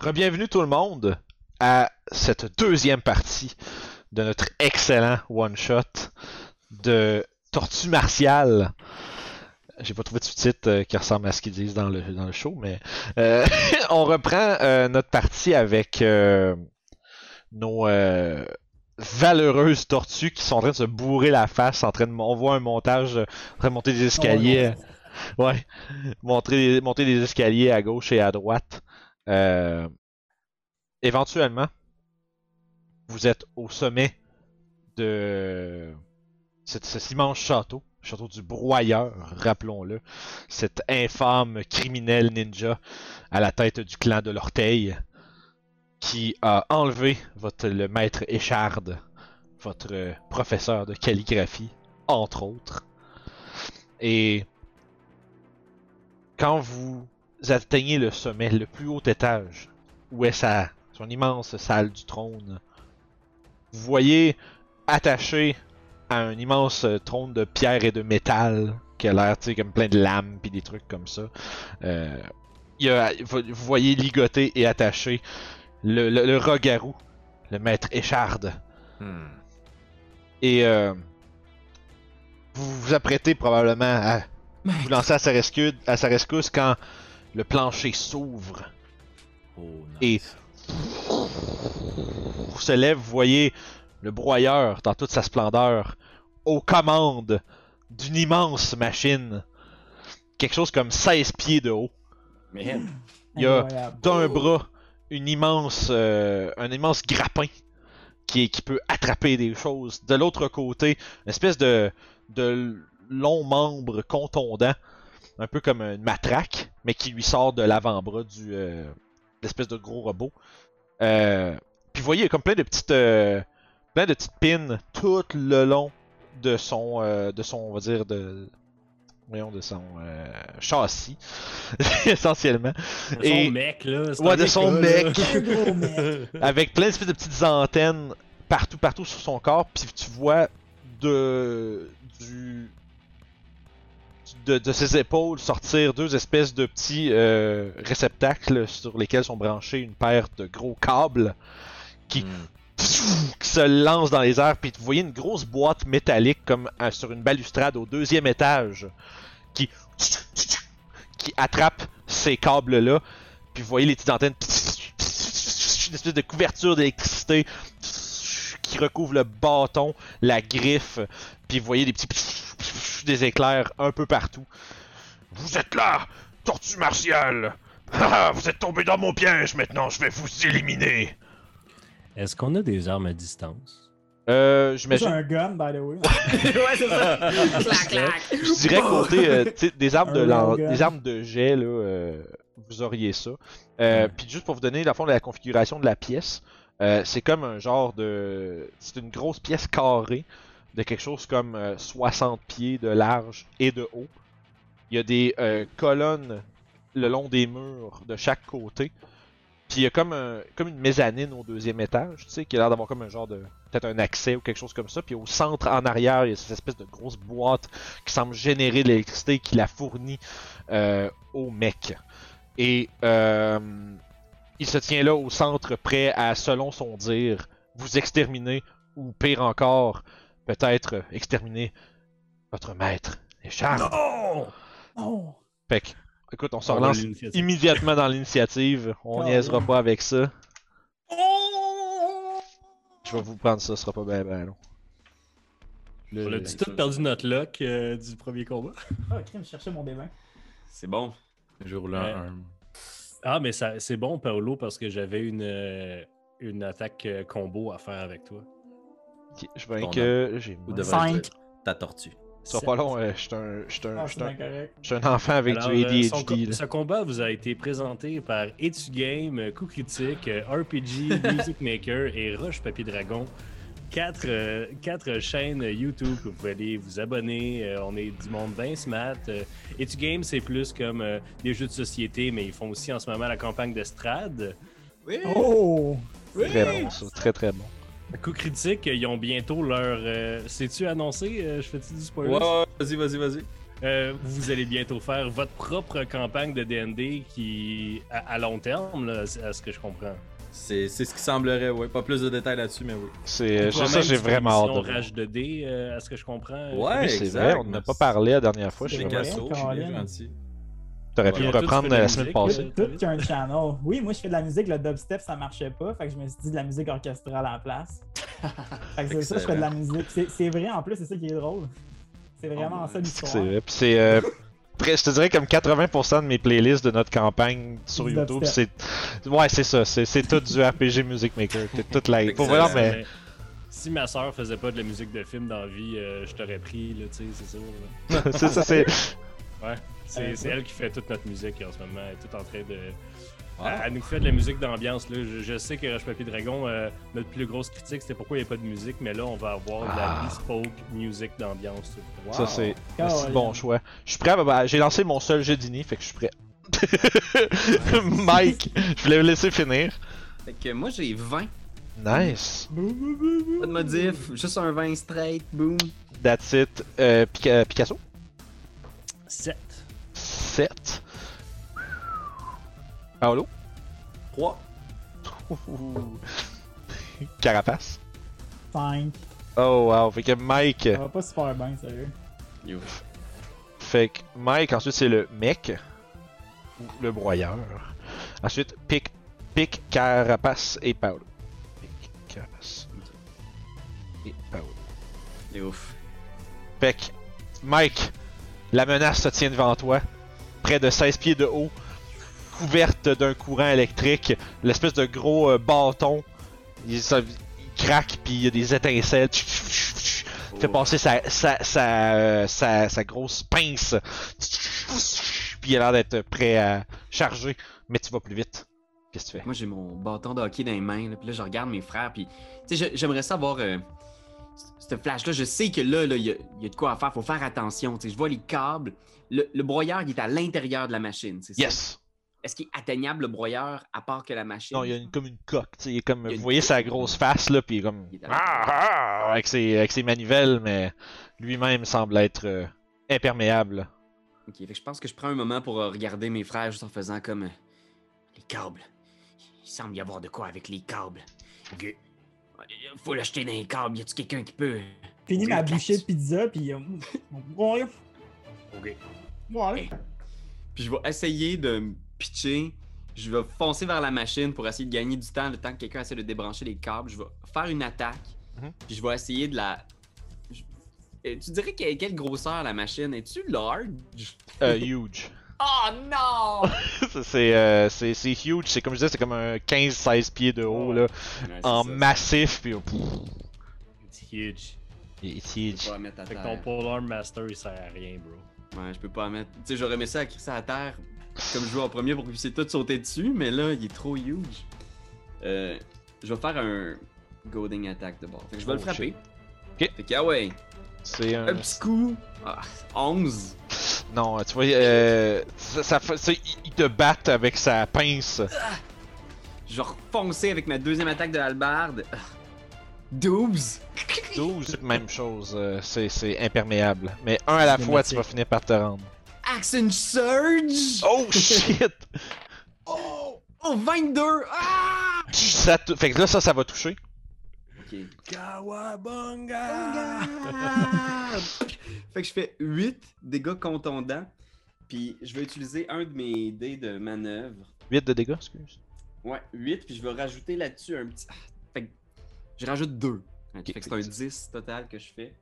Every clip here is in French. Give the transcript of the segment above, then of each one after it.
Rebienvenue tout le monde à cette deuxième partie de notre excellent one-shot de Tortue Martiale. J'ai pas trouvé de sous-titre euh, qui ressemble à ce qu'ils disent dans le, dans le show, mais euh, on reprend euh, notre partie avec euh, nos euh, valeureuses tortues qui sont en train de se bourrer la face, en train de, on voit un montage euh, en train de monter des escaliers. ouais, monter, monter des escaliers à gauche et à droite. Euh, éventuellement, vous êtes au sommet de cet- cet immense château, château du broyeur, rappelons-le, cet infâme criminel ninja à la tête du clan de l'orteil qui a enlevé votre, le maître Écharde, votre euh, professeur de calligraphie, entre autres. Et quand vous atteignez le sommet, le plus haut étage, où est sa, son immense salle du trône, vous voyez attaché à un immense euh, trône de pierre et de métal qui a l'air, tu sais, comme plein de lames puis des trucs comme ça. Euh, il y a- vous vous voyez ligoté et attaché le, le, le rogarou, le maître Écharde. Hmm. Et euh, vous vous apprêtez probablement à vous lancer à sa, rescue- à sa rescousse quand le plancher s'ouvre. Oh, nice. Et- se lève, vous voyez le broyeur dans toute sa splendeur aux commandes d'une immense machine. Quelque chose comme 16 pieds de haut. Man. Il y a Incroyable. Oh! d'un bras une immense, euh, un immense grappin qui, est- qui peut attraper des choses. De l'autre côté, une espèce de, de long membre contondant, un peu comme une matraque, mais qui lui sort de l'avant-bras du euh, l'espèce de gros robot. Euh, puis vous voyez, il y a comme plein de petites, euh, plein de petites pins tout le long de son, euh, de son, on va dire de, voyons, de son euh, châssis essentiellement. De et- son mec, là. c'est Ouais, un de son là. mec. Un gros mec. avec plein d'espèces de petites antennes partout, partout sur son corps, puis tu vois de du de, de ses épaules sortir deux espèces de petits euh, réceptacles sur lesquels sont branchés une paire de gros câbles qui- Hmm. qui se lancent dans les airs, puis vous voyez une grosse boîte métallique comme euh, sur une balustrade au deuxième étage qui qui attrape ces câbles-là, puis vous voyez les petites antennes, une espèce de couverture d'électricité qui recouvre le bâton, la griffe, puis vous voyez des petits des éclairs un peu partout. Vous êtes là, tortue martiale! Ah, vous êtes tombé dans mon piège maintenant, je vais vous éliminer! Est-ce qu'on a des armes à distance? Euh, J'ai j'imagine, un gun, by the way. ouais, c'est ça. clac, clac. je dirais côté euh, tu sais, des armes de Un lan- gun. des armes de jet là, euh, vous auriez ça. Euh, Puis juste pour vous donner la fond de la configuration de la pièce, euh, c'est comme un genre de, c'est une grosse pièce carrée de quelque chose comme euh, 60 pieds de large et de haut. Il y a des euh, colonnes le long des murs de chaque côté. Puis il y a comme, un- comme une mezzanine au deuxième étage, tu sais, qui a l'air d'avoir comme un genre de. Peut-être un accès ou quelque chose comme ça. Puis au centre, en arrière, il y a cette espèce de grosse boîte qui semble générer de l'électricité qui la fournit euh, au mec. Et euh, il se tient là au centre, prêt à, selon son dire, vous exterminer ou pire encore, peut-être euh, exterminer votre maître, les charmes. Oh, Fait que, écoute, on se On a relance l'initiative. immédiatement dans l'initiative. On Ah, niaisera oui. pas avec ça. Oh! Je vais vous prendre ça, ce sera pas bien ben long. Le- On a du tout perdu notre lock euh, du premier combat. ah, crime, je cherchais mon dévin. C'est bon. J'ai roulé Ouais. un 1. Ah, mais ça- c'est bon, Paolo, parce que j'avais une, euh, une attaque euh, combo à faire avec toi. Ok, Je vais Ton que j'ai Ou mal. devrais-je Cinq. dire Ta tortue. Ce sera pas long, euh, je suis un, je suis un, Ah, je c'est suis un, bien correct. je suis un enfant avec Alors, du euh, son co- ADHD. là. ce combat vous a été présenté par Etu Game, euh, Coup Critique, euh, RPG, Music Maker et Roche Papier Dragon. Quatre, euh, quatre chaînes YouTube que vous pouvez aller vous abonner. Euh, on est du monde bien smart. Euh, Etu Game, c'est plus comme euh, des jeux de société, mais ils font aussi en ce moment la campagne de Eh! Strad. Oui. Oh! Très bon, ça, très très bon. Coup Critique, euh, ils ont bientôt leur. euh, C'est-tu annoncé Euh, Je fais-tu du spoiler Ouais, ouais, vas-y, vas-y, vas-y. Euh, vous allez bientôt faire votre propre campagne de D&D qui, à, à long terme, là, à ce que je comprends. C'est c'est ce qui semblerait, ouais. Pas plus de détails là-dessus, mais oui. Euh, C'est Toi-même, ça, j'ai tu fais vraiment une hâte. de mission voir. Rage de dés, euh, à ce que je comprends. Ouais, Oui, c'est vrai, on n'a pas parlé la dernière fois. C'est Je J'ai sais vrai. pas. Casso, je suis bien gentil. T'aurais pu Il y me a tout reprendre ce que la la semaine musique. passée. Oui. Tout, tout qui a un channel. Oui, moi, je fais de la musique, le dubstep, ça marchait pas. Fait que je me suis dit de la musique orchestrale en place. fait que c'est ça, je fais de la musique. C'est c'est vrai, en plus, c'est ça qui est drôle. C'est vraiment Oh, ça C'est que l'histoire. c'est vrai. Puis c'est. euh, très- je te dirais comme 80% de mes playlists de notre campagne sur Du YouTube, c'est. dubstep. Ouais, c'est ça. C'est c'est tout du RPG Music Maker. C'est toute la. Pour voir, Excellent. Ah, mais. Mais euh, Si ma soeur faisait pas de la musique de film dans la vie, euh, je t'aurais pris, là, tu sais, c'est sûr. là. c'est ça, c'est. C'est Euh, c'est elle qui fait toute notre musique en ce moment. Elle est toute en train de. Elle, Ah, elle nous fait de la musique d'ambiance. là. Je, je sais que Rush Papier Dragon, euh, notre plus grosse critique, c'était pourquoi il n'y a pas de musique, mais là, on va avoir de la Ah. bespoke music d'ambiance. tout. Ça, c'est Ah, un si ouais. bon choix. Je suis prêt, bah, bah, j'ai lancé mon seul jeu d'ini, fait que je suis prêt. Mike, je voulais le laisser finir. Fait que moi, j'ai 20. Nice. Pas de modif. Juste un 20 straight. Boom. That's it. Euh, Pica- Picasso Sept. 7. Paolo 3. Carapace. 5. Oh wow, fait que Mike. Ça va pas super bien, sérieux. You. Fait que Mike, ensuite c'est le mec. Ou le broyeur. Ensuite, Pic, Pic, Carapace et Paolo. Pic, Carapace. Et Paolo. Et ouf. Fait que, Mike, la menace se tient devant toi. Près de 16 pieds de haut. Couverte d'un courant électrique. L'espèce de gros euh, bâton. Il, ça- il craque, puis il y a des étincelles. fait Oh. passer sa, sa, sa, euh, sa, sa grosse pince. Puis il a l'air d'être prêt à charger, mais tu vas plus vite. Qu'est-ce que tu fais? Moi, j'ai mon bâton de hockey dans les mains. là, Puis là, je regarde mes frères. Puis, tu sais, je- j'aimerais savoir. euh, c- Cette flash-là, je sais que là, là, il y, a- il y a de quoi à faire. Faut faire attention. tu sais, Je vois les câbles. Le, le broyeur, il est à l'intérieur de la machine. c'est ça? Yes! Est-ce qu'il est atteignable, le broyeur, à part que la machine Non, il y a une- comme une coque, tu sais, il est comme, Il y a vous une voyez coque. sa grosse face, là, puis il est comme, Il est à ah, ah, avec ses, avec ses manivelles, mais lui-même semble être euh, imperméable. Ok, fait que je pense que je prends un moment pour euh, regarder mes frères juste en faisant comme. euh, les câbles. Il semble y avoir de quoi avec les câbles. Que- Faut l'acheter dans les câbles. Y a-tu quelqu'un qui peut. Fini ma Claque. bouchée de pizza, puis. euh, ouais. Ok. Ouais. Puis je vais essayer de me pitcher. Je vais foncer vers la machine pour essayer de gagner du temps le temps que quelqu'un essaie de débrancher les câbles. Je vais faire une attaque. Mhm. Puis je vais essayer de la. je- Euh, Tu dirais que- quelle grosseur la machine Es-tu large Euh, huge. Oh non Ça, c'est, euh, c'est, c'est huge, c'est comme je disais, c'est comme un 15-16 pieds de haut, là, Ouais, c'est en ça. massif, puis oh, pff, It's huge. il est Je huge. peux pas la mettre à Fait que terre. ton pole arm master, il sert à rien, bro. Ouais, je peux pas la mettre. Tu sais, j'aurais aimé ça à crisser à terre comme je jouais en premier pour que vous puissiez tous sauter dessus, mais là, il est trop huge. Euh, je vais faire un Goading Attack de bord. Fait que je vais le Oh, frapper. shit. Fait que, ah ouais, C'est un petit coup. Ah, 11. Non, tu vois, euh, ça, ça fait- ça- il- il te batte avec sa pince. Je vais refoncer avec ma deuxième attaque de halbarde. Ah, 12. 12, même chose, euh, c'est, c'est imperméable. Mais un à la fois, tu vas finir par te rendre. Action Surge. Oh shit! Oh, oh, 22. Ah! Ça tou- Fait que là, ça, ça va toucher. Ok. Kawabunga! Regarde! fait que je fais 8 dégâts contondants. Puis je vais utiliser un de mes dés de manœuvre. 8 de dégâts, excuse. Ouais, 8, puis je vais rajouter là-dessus un petit. ah, fait que je rajoute 2. Fait que c'est un 10 total que je fais.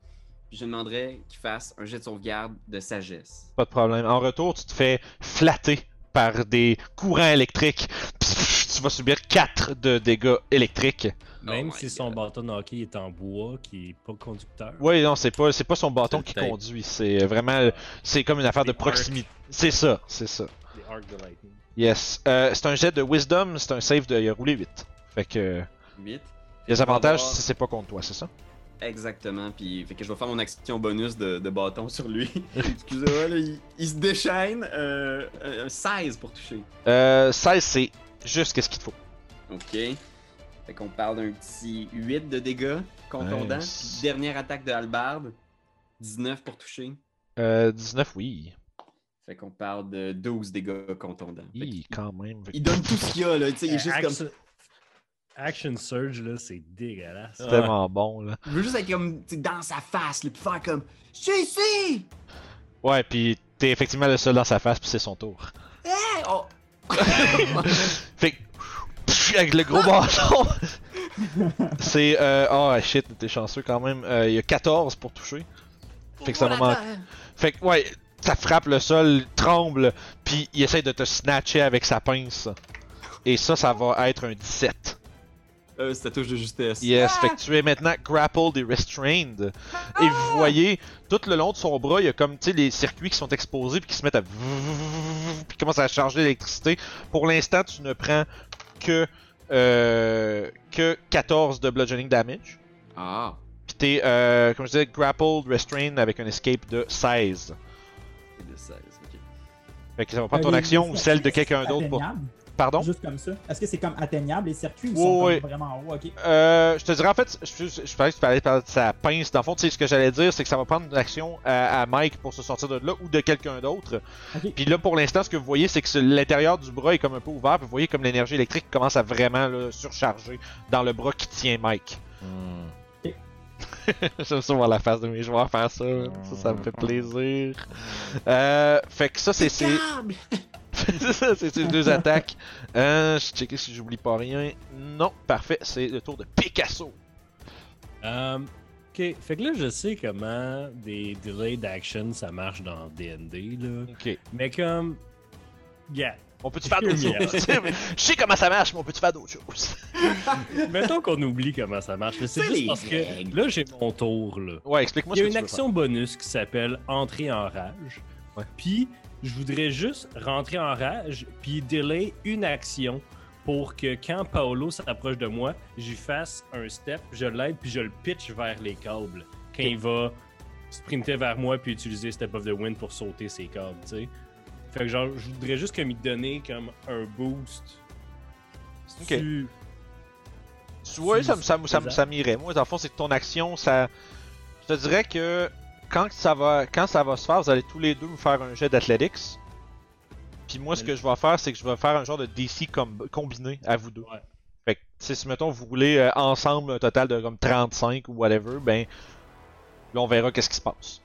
Puis je demanderais qu'il fasse un jet de sauvegarde de sagesse. Pas de problème. En retour, tu te fais flatter par des courants électriques. Pss, pss, Tu vas subir 4 de dégâts électriques. Même Oh my si son bâton de hockey est en bois, qui est pas conducteur. Oui, non, c'est pas, c'est pas son bâton le qui tape. conduit. C'est euh, vraiment. C'est comme une affaire de Les proximité. C'est ça, c'est ça. Des arcs de lightning. Yes. Euh, c'est un jet de wisdom, c'est un save de. Il a roulé 8. Fait que. euh, 8. Les Je vais avantages, avoir- si c'est pas contre toi, c'est ça? Exactement, puis fait que je vais faire mon action bonus de, de bâton sur lui. Excusez-moi, là, il, il se déchaîne. Euh, euh, 16 pour toucher. Euh, 16, c'est juste qu'est-ce qu'il te faut. Ok. Fait qu'on parle d'un petit 8 de dégâts contondants. Nice. Puis Dernière attaque de halbarde. 19 pour toucher. Euh, 19, oui. Fait qu'on parle de 12 dégâts contondants. Fait Hi, qu'il- quand même. il donne tout ce qu'il a, là. tu sais, Il est juste comme. Action- Action Surge, là, c'est dégueulasse. C'est tellement bon, là. Il veut juste être comme tu sais, dans sa face, là, puis faire comme Je suis ici! Ouais, puis t'es effectivement le seul dans sa face, puis c'est son tour. Hey! Oh! Fait que, pff, avec le gros bâton. c'est. Euh, oh shit, t'es chanceux quand même. Euh, Il y a 14 pour toucher. Fait que ça va manquer. Fait que, ouais, ça frappe le sol, tremble, puis il essaie de te snatcher avec sa pince. Et ça, ça va être un 17. Euh, c'est ta touche de justesse. Yes, fait que tu es maintenant grappled et restrained. Et vous voyez, tout le long de son bras, il y a comme, tu sais, les circuits qui sont exposés puis qui se mettent à... puis commencent à charger l'électricité. Pour l'instant, tu ne prends que... euh, que 14 de bludgeoning damage. Ah! Puis t'es, euh, comme je disais, grappled, restrained avec un escape de 16. C'est de 16, ok. Fait que ça va prendre Euh, ton action ou celle de quelqu'un d'autre pour... Atteignable, Pardon? Juste comme ça. Est-ce que c'est comme atteignable? Les circuits, ils Ouais, sont comme ouais. vraiment hauts, ok. Euh, je te dirais en fait, je, je, je parlais, tu parlais- tu parlais de sa pince. Dans le fond, tu sais, ce que j'allais dire, c'est que ça va prendre une action euh, à, à Mike pour se sortir de là ou de quelqu'un d'autre. Ok. Puis là, pour l'instant, ce que vous voyez, c'est que ce- l'intérieur du bras est comme un peu ouvert. Puis vous voyez comme l'énergie électrique commence à vraiment là, surcharger dans le bras qui tient Mike. Hmm. J'aime ça voir la face de mes joueurs faire ça. Ça, ça me fait plaisir. Euh, fait que ça, c'est. c'est- Câble! c'est ses deux attaques. Euh, je checker si j'oublie pas rien. Non, parfait. C'est le tour de Picasso. Euh, ok, fait que là, je sais comment des delayed actions, ça marche dans D&D, là. Ok. Mais comme... Yeah. On peut-tu faire d'autres Yeah. choses? Je sais comment ça marche, mais on peut-tu faire d'autres choses? Mettons qu'on oublie comment ça marche. mais C'est C'est juste les parce que règles. là, j'ai mon tour, là. Ouais, explique-moi Il y ce a que une tu veux action bonus qui s'appelle Entrer en rage. Ouais. Puis, je voudrais juste rentrer en rage, puis delay une action pour que quand Paolo s'approche de moi, j'y fasse un step, je l'aide, puis je le pitch vers les câbles. Quand il va sprinter vers moi, puis utiliser Step of the Wind pour sauter ses câbles, tu sais. Fait que genre, je voudrais juste comme il donner comme un boost. Ok. Tu- faire. Ouais, ça, me- ça, me- ça, me- ça m'irait. Moi, dans le fond, c'est que ton action, ça. Je te dirais que quand ça va, quand ça va se faire, vous allez tous les deux me faire un jet d'athletics. Puis moi, ce que je vais faire, c'est que je vais faire un genre de DC com- combiné à vous deux. Ouais. Fait que, tu sais, si mettons, vous voulez euh, ensemble un total de comme 35 ou whatever, ben. Là, on verra qu'est-ce qui se passe.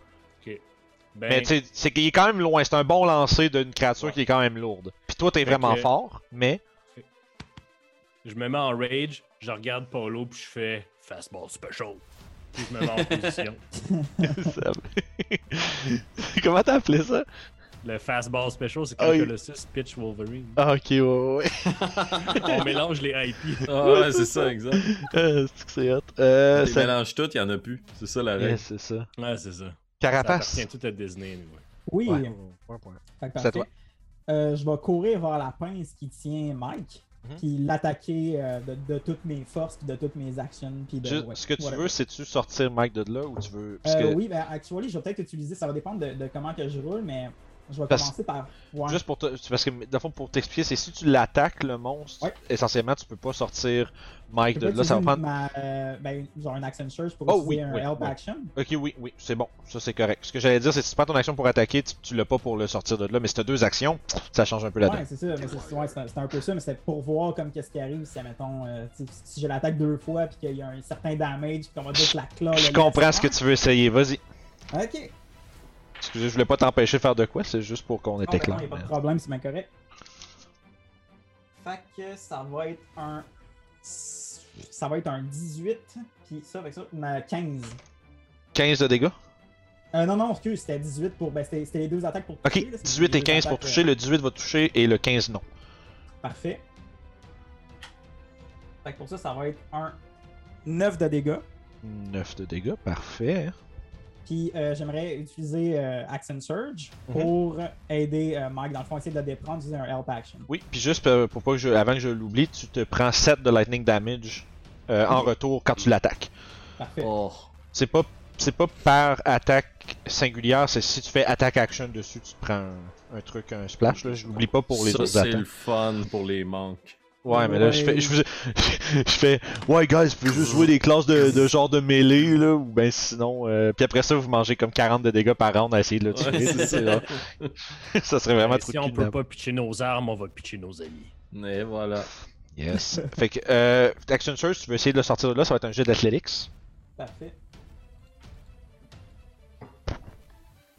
ben, Mais tu sais, c'est qu'il est quand même loin. C'est un bon lancer d'une créature Ouais. qui est quand même lourde. Puis toi, t'es vraiment que- fort, mais. Je me mets en rage, je regarde Polo puis je fais fastball special. Puis je me mets en position. Ça- Comment t'as appelé ça? Le fastball special, c'est comme Ah, il- Colossus pitch Wolverine. Ah, ok, ouais, ouais. On mélange les IP. Ah ouais, c'est ça, exact. Euh, c'est que c'est hot. Euh, Ils ça- mélangent tout, il y en a plus. C'est ça la Ouais, règle. c'est ça. Ouais, c'est ça. Carapace. Ça appartient tout à Disney. anyway. Oui, Ouais. fait que C'est à parfait. toi. Euh, je vais courir vers la pince qui tient Mike, Mhm. puis l'attaquer euh, de, de toutes mes forces, puis de toutes mes actions. Puis de, Juste, ouais, ce que tu whatever. veux, c'est-tu sortir Mike de là ou tu veux. Parce Euh, que- Oui, ben, actually, je vais peut-être utiliser, ça va dépendre de, de comment que je roule, mais je vais Parce- commencer par. Ouais. Juste pour te- Parce que, dans le fond, pour t'expliquer, c'est si tu l'attaques, le monstre, Ouais. essentiellement, tu peux pas sortir Mike Je de peux là. Ça va utiliser prendre. ma, euh, ben, genre un action search pour Oh, utiliser oui, un oui, help oui. action. Ok, oui, oui, c'est bon. Ça, c'est correct. Ce que j'allais dire, c'est que si tu prends ton action pour attaquer, tu, tu l'as pas pour le sortir de là. Mais si t'as deux actions, ça change un peu la donne. Ouais, c'est ça, mais c'est ouais, c'est- c'est un peu ça, mais c'est pour voir comme qu'est-ce qui arrive si, mettons, si je l'attaque deux fois puis qu'il y a un certain damage, puis qu'on va dire que la claw. Je comprends ce que tu veux essayer. Vas-y. Ok, Excusez, je voulais pas t'empêcher de faire de quoi, c'est juste pour qu'on était non, clair. il n'y a pas de problème, c'est bien correct. Fait que ça va être un. Ça va être un 18, puis ça, avec ça, ma 15. 15 de dégâts. Euh, non, non, excuse, c'était 18 pour. Ben, c'était c'était les deux attaques pour toucher. Ok, là, c'est 18 les et deux 15 pour attaques, toucher. euh, Le 18 va toucher et le 15 non. Parfait. Fait que pour ça, ça va être un 9 de dégâts. 9 de dégâts, parfait. Puis euh, j'aimerais utiliser euh, Action Surge Mhm. pour aider euh, Mike, dans le fond, essayer de le déprendre, utiliser un Help Action. Oui, puis juste euh, pour pas que je, avant que je l'oublie, tu te prends 7 de lightning damage euh, en retour quand tu l'attaques. Parfait. Oh! C'est pas c'est pas par attaque singulière, c'est si tu fais attaque action dessus, tu te prends un, un truc, un splash. Là. Je l'oublie pas pour les ça, autres c'est le attaques. fun pour les manques. Ouais, mais là, je fais, je, vous- je fais, ouais, guys, vous pouvez juste jouer des classes de, de genre de mêlée, là, ou ben sinon, euh, puis après ça, vous mangez comme 40 de dégâts par round à essayer de le tuer. Ouais, c'est tu sais, là. ça serait vraiment Et trop si on kidnappant. peut pas pitcher nos armes, on va pitcher nos amis. Mais voilà. Yes. Fait que, euh, Action Search, tu veux essayer de le sortir de là, ça va être un jeu d'Athletics. Parfait.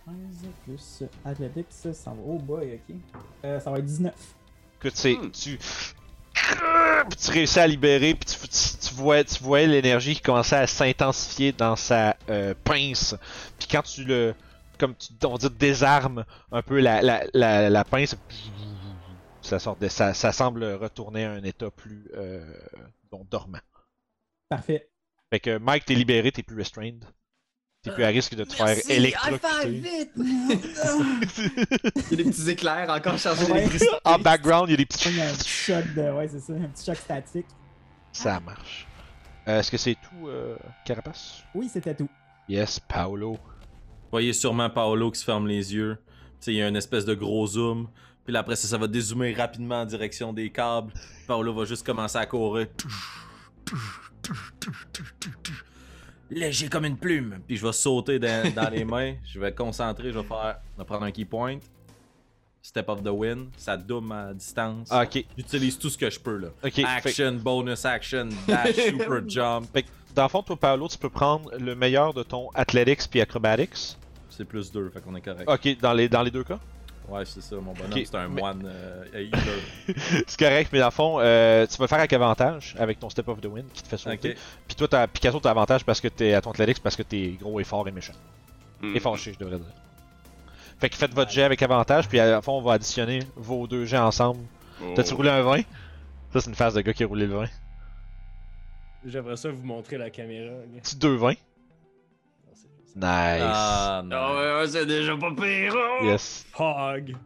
15 plus athlétique, ça, ça va. Oh boy, ok. Euh, ça va être 19. que tu sais, Hmm. tu puis tu réussis à libérer puis tu, tu- tu vois tu vois l'énergie qui commençait à s'intensifier dans sa euh, pince puis quand tu le comme tu, on dit désarme un peu la, la, la, la pince ça sort de, ça, ça semble retourner à un état plus euh, bon, dormant Parfait. fait que Mike t'es libéré t'es plus restrained t'es plus à risque de te faire électrocuter vite! Il y a des petits éclairs encore chargés Ouais. d'électricité. en background il y a des Il y a un petits petit choc de. Ouais, c'est ça, un petit choc statique. ça marche Euh, est-ce que c'est tout euh, Carapace Oui, c'était tout. Yes, Paolo. Vous voyez sûrement Paolo qui se ferme les yeux. Tu sais, il y a une espèce de gros zoom. Puis là, après ça, ça va dézoomer rapidement en direction des câbles. Paolo va juste commencer à courir. Léger comme une plume. Puis je vais sauter dans, dans les mains. Je vais concentrer. Je vais faire. Je vais prendre un key point. Step of the win. Ça double ma distance. Ah, ok, J'utilise tout ce que je peux là. ok. Fait, Action, bonus action, dash, super jump. fait que, dans le fond, toi, Paolo, tu peux prendre le meilleur de ton Athletics puis Acrobatics. C'est plus 2, fait qu'on est correct. Ok, dans les, dans les deux cas. Ouais, c'est ça, mon bonhomme, Ok, c'est un mais- moine euh, healer. C'est correct, mais dans le fond, euh, tu vas faire avec avantage avec ton Step of the Wind qui te fait sauter. Ok. Puis toi, t'as, Picasso, t'as avantage parce que t'es à ton Athletics parce que t'es gros et fort et méchant. Mm. Et fâché, je devrais dire. Fait que faites votre jet avec avantage, puis à la fin, on va additionner vos deux jets ensemble. Mm. Oh. T'as-tu roulé un 20 Ça, c'est une phase de gars qui a roulé le 20. J'aimerais ça vous montrer la caméra. gars. Tu deux 20 Nice. Non, c'est- c'est- Ah, Ah non. ouais, ouais, c'est déjà pas pire! oh! Yes. Hog!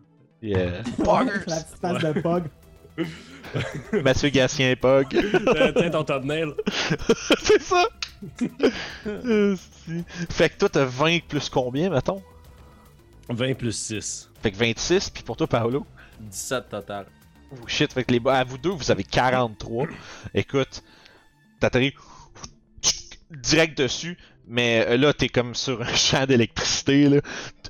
Yeah. La petite face de Pog. Mathieu Gatien Pog. Euh, Tête en thumbnail. C'est ça! Esti. fait que toi, t'as 20 plus combien, mettons? 20 plus 6. Fait que 26, puis pour toi, Paolo? 17 total. Oh shit, fait que les bas, à vous deux, vous avez 43. Écoute, t'atterris tchic, direct dessus, mais euh, là, t'es comme sur un champ d'électricité, là.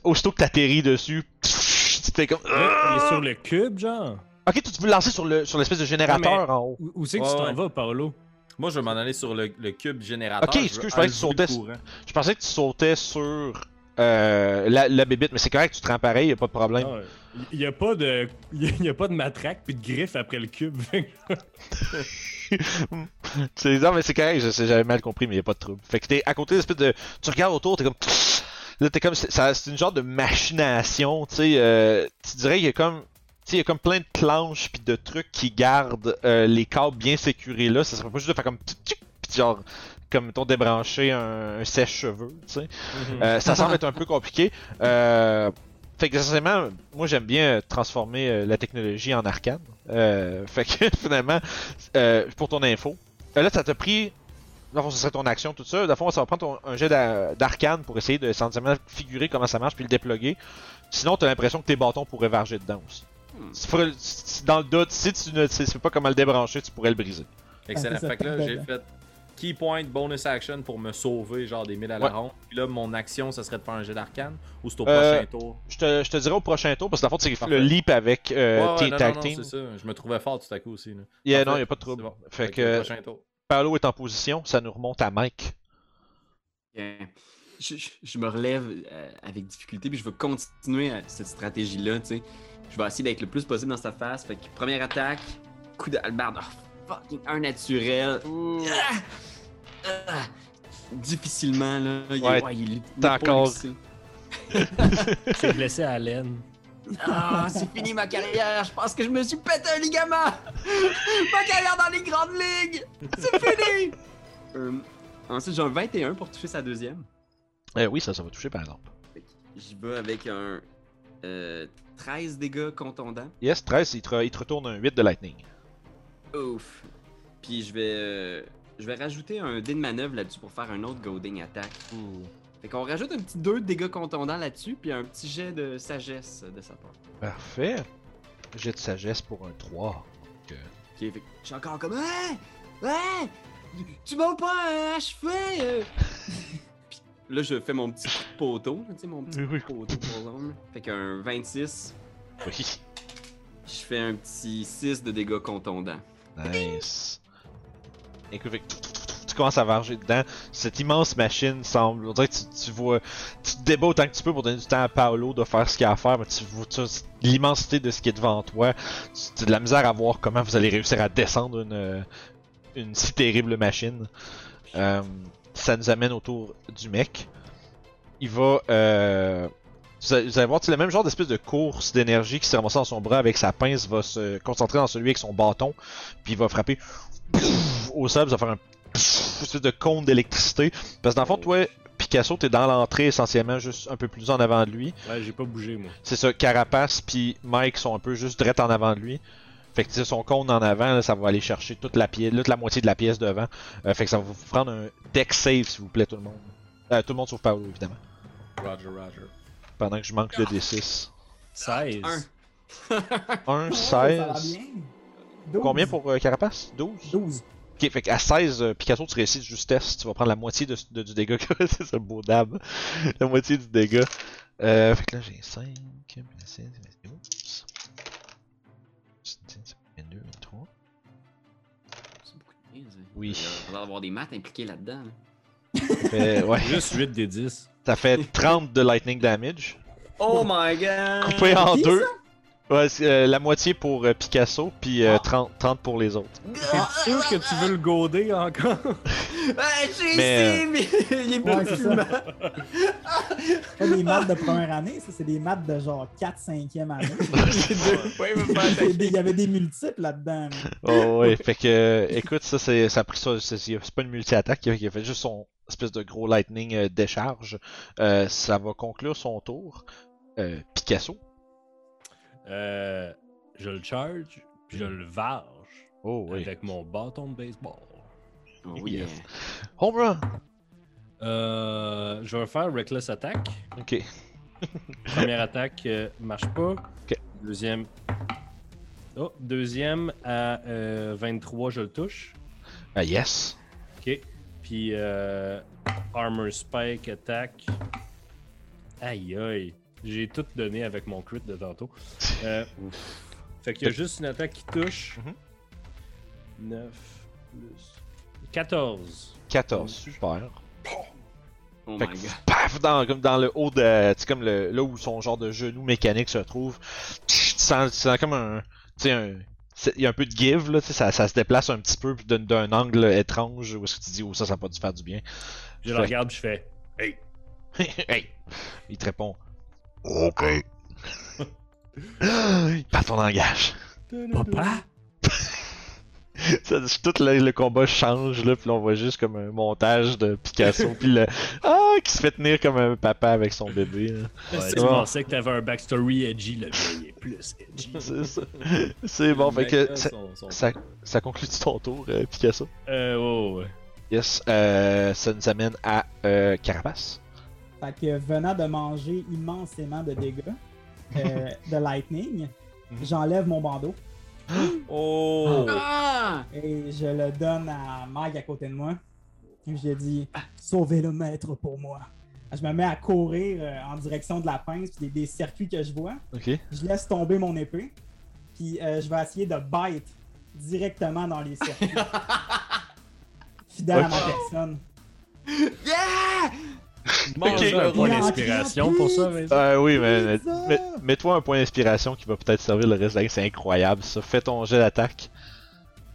Aussitôt que t'atterris dessus, tchic, t'es comme... Euh, euh, Il est sur le cube, genre? Ok, toi, tu veux le lancer sur le sur l'espèce de générateur en haut. Où, où c'est que Ouais, tu t'en ouais. vas, Paolo? Moi, je vais m'en aller sur le, le cube générateur. Ok, excuse, veux je pensais que tu enlever le sautais- courant. Je pensais que tu sautais sur euh, la, la bébite, mais c'est correct, tu te rends pareil, y a pas de problème. Non, Ah, Il n'y a pas de il y a pas de matraque puis de griffe après le cube. C'est non, mais c'est correct, je sais, j'avais mal compris, mais y a pas de trouble. Fait que t'es à côté d'espèce de. Tu regardes autour, t'es comme. Là, t'es comme. c'est- ça- C'est une genre de machination, tu sais. euh, tu dirais qu'il y a comme. Tu sais, il y a comme plein de planches puis de trucs qui gardent euh, les câbles bien sécurés là. Ça serait pas juste de faire comme. tchic, tchic, Pis genre. Comme, mettons, débrancher un, un sèche-cheveux, tu sais. Mhm. Euh, ça semble être un peu compliqué. Euh, fait que essentiellement, moi j'aime bien euh, transformer euh, la technologie en arcane. Euh, fait que finalement, euh, pour ton info, euh, là ça t'a pris. Dans le fond, ce serait ton action, tout ça. Dans le fond, ça va prendre ton- un jet d'a- d'arcane pour essayer de sensiblement figurer comment ça marche puis le déploguer. Sinon, t'as l'impression que tes bâtons pourraient varger dedans aussi. Hmm. Tu ferais- si- Dans le doute, si tu ne sais sais pas comment le débrancher, tu pourrais le briser. Excellent. Ah, c'est ça, Fait que là, c'est j'ai bon. fait key point, bonus action pour me sauver, genre des 1000 à la Ouais. ronde. Puis là, mon action, ça serait de faire un jet d'arcane ou c'est au Euh, prochain tour. Je te, je te dirai au prochain tour parce que dans le fond, c'est le Parfait. leap avec euh, Ouais, ouais, tes non, tag non, non, team. c'est ça. Je me trouvais fort tout à coup aussi. là. Yeah, Parfait, non, y a pas de c'est trouble. bon. Fait Fait que- euh, que. Prochain tour. Paolo est en position, ça nous remonte à Mike. Euh, je, je- je me relève euh, avec difficulté, puis je veux continuer euh, cette stratégie-là, tu sais. Je vais essayer d'être le plus possible dans sa face. Fait que première attaque, coup de halbarde. Oh, fucking un naturel. Ah! Ah! Difficilement, là. Il, Ouais, il est t'as l'épaule encore- glissée. C'est blessé à laine. Ah, c'est fini ma carrière. Je pense que je me suis pété un ligament. ma carrière dans les grandes ligues. C'est fini. Euh, ensuite, j'ai un 21 pour toucher sa deuxième. Euh, oui, ça, ça va toucher par exemple. J'y vais avec un euh, 13 dégâts contondants. Yes, 13, il te, il te retourne un 8 de Lightning. Ouf. Puis je vais, euh, je vais rajouter un dé de manœuvre là-dessus pour faire un autre goading attack. Fait qu'on rajoute un petit 2 de dégâts contondants là-dessus, puis un petit jet de sagesse de sa part. Parfait. J'ai de sagesse pour un 3. Fait que je suis encore comme Hein? Hein? Tu m'as pas achevé! euh! Puis là, je fais mon petit coup de poteau, tu sais, mon petit coup de poteau pour l'homme. Fait qu'un 26, Oui. je fais un petit 6 de dégâts contondants. Nice. Écoute, fait que tout, tout, tout, tout, tu commences à varger dedans. Cette immense machine semble. On dirait que tu, tu vois. Tu te débats autant que tu peux pour donner du temps à Paolo de faire ce qu'il a à faire, mais tu vois tu- l'immensité de ce qui est devant toi. Tu tu as de la misère à voir comment vous allez réussir à descendre une, euh, une si terrible machine. Euh, ça nous amène autour du mec. Il va. euh, vous allez vous allez voir, tu sais, le même genre d'espèce de course d'énergie qui s'est ramassée dans son bras avec sa pince va se concentrer dans celui avec son bâton puis il va frapper pff, au sol, puis ça va faire un pff, espèce de cône d'électricité. Parce que dans le fond, toi, Picasso, t'es dans l'entrée essentiellement, juste un peu plus en avant de lui. Ouais, j'ai pas bougé, moi. C'est ça, Carapace puis Mike sont un peu juste direct en avant de lui. Fait que tu sais, son cône en avant, là, ça va aller chercher toute la pièce, toute la moitié de la pièce devant. Euh, fait que ça va vous prendre un deck save, s'il vous plaît, tout le monde. Euh, tout le monde sauf Paolo, évidemment. Roger, Roger. Pendant que je manque le D6. 16. Un. 1, Oh, Ça 16. va bien. 12. Combien pour euh, Carapace 12 12. Ok, fait qu'à 16, euh, Picasso, tu réussis de justesse. Tu vas prendre la moitié de, de- du dégât que c'est ce beau dab. La moitié du dégât. Euh, fait que là, j'ai 5, 6, 12. 22, 23. C'est beaucoup de bien, ça. Oui. Il va avoir des maths impliqués là-dedans. là. Fait, ouais, Juste 8 des 10. ça fait 30 de lightning damage. Oh my god! Euh, Coupé en qui, deux. Ouais, c'est, euh, la moitié pour euh, Picasso, puis euh, 30, 30 pour les autres. T'es sûr que tu veux le goder encore? Ah, j'ai Mais, essayé, mais il Ouais, est beaucoup c'est plus ça. mal. Pas des maths de première année, ça, c'est des maths de genre 4-5e année. J'ai deux points, il veut pas attaquer. C'est des- Il y avait des multiples là-dedans. là. Oh, ouais, fait que, euh, écoute, ça, c'est, ça a pris ça. C'est, c'est pas une multi-attaque, il a- il a fait juste son espèce de gros lightning euh, décharge. Euh, ça va conclure son tour. Euh, Picasso. Euh, je le charge, puis je le varge Oh, oui. avec mon bâton de baseball. Oh yeah. Home run! Euh, je vais faire Reckless Attack. Ok. Première attaque euh, marche pas. Deuxième. Oh, deuxième à euh, 23, je le touche. Ah, yes. Ok. Puis euh, Armor Spike attaque. Aïe aïe. J'ai tout donné avec mon crit de tantôt. Euh, fait qu'il y a juste une attaque qui touche. Mhm. 9 plus 14. 14, super. Oh my Fait god. que, paf, dans, comme dans le haut de. Tu sais, comme le, là où son genre de genou mécanique se trouve. Tch, Tu sens, tu sens comme un. Tu sais, un. c'est- Il y a un peu de give, là, tu sais, ça, ça se déplace un petit peu puis d'un- d'un angle étrange où est-ce que tu dis, oh, ça, ça n'a pas dû faire du bien. Je le Fait- regarde, je fais. hey! Il te répond, OK. Par ton langage. Papa? Ça, tout le, le combat change, là, puis là, on voit juste comme un montage de Picasso, puis le. Ah, qui se fait tenir comme un papa avec son bébé, là. si Ben, c'est je bon. pensais que t'avais un backstory edgy, le mien il est plus edgy. C'est ça. C'est bon, fait Mec, que là, ça, son- son- ça, ça conclut ton tour, euh, Picasso. Euh, ouais, ouais, ouais. Yes, euh, ça nous amène à euh, Carapace. Fait que venant de manger immensément de dégâts euh, de lightning, j'enlève mon bandeau Oh! Ah! et je le donne à Mike à côté de moi. Et je lui ai dit Sauvez le maître pour moi. Je me mets à courir euh, en direction de la pince puis des, des circuits que je vois. Ok. Je laisse tomber mon épée, puis euh, je vais essayer de bite directement dans les circuits. Fidèle à ma Ok. personne. Yeah! Mange un point d'inspiration pour ça, Vincent. Euh, oui, mais Pizza! mais- mets-toi un point d'inspiration qui va peut-être servir le reste de la game, c'est incroyable ça. Fais ton jet d'attaque.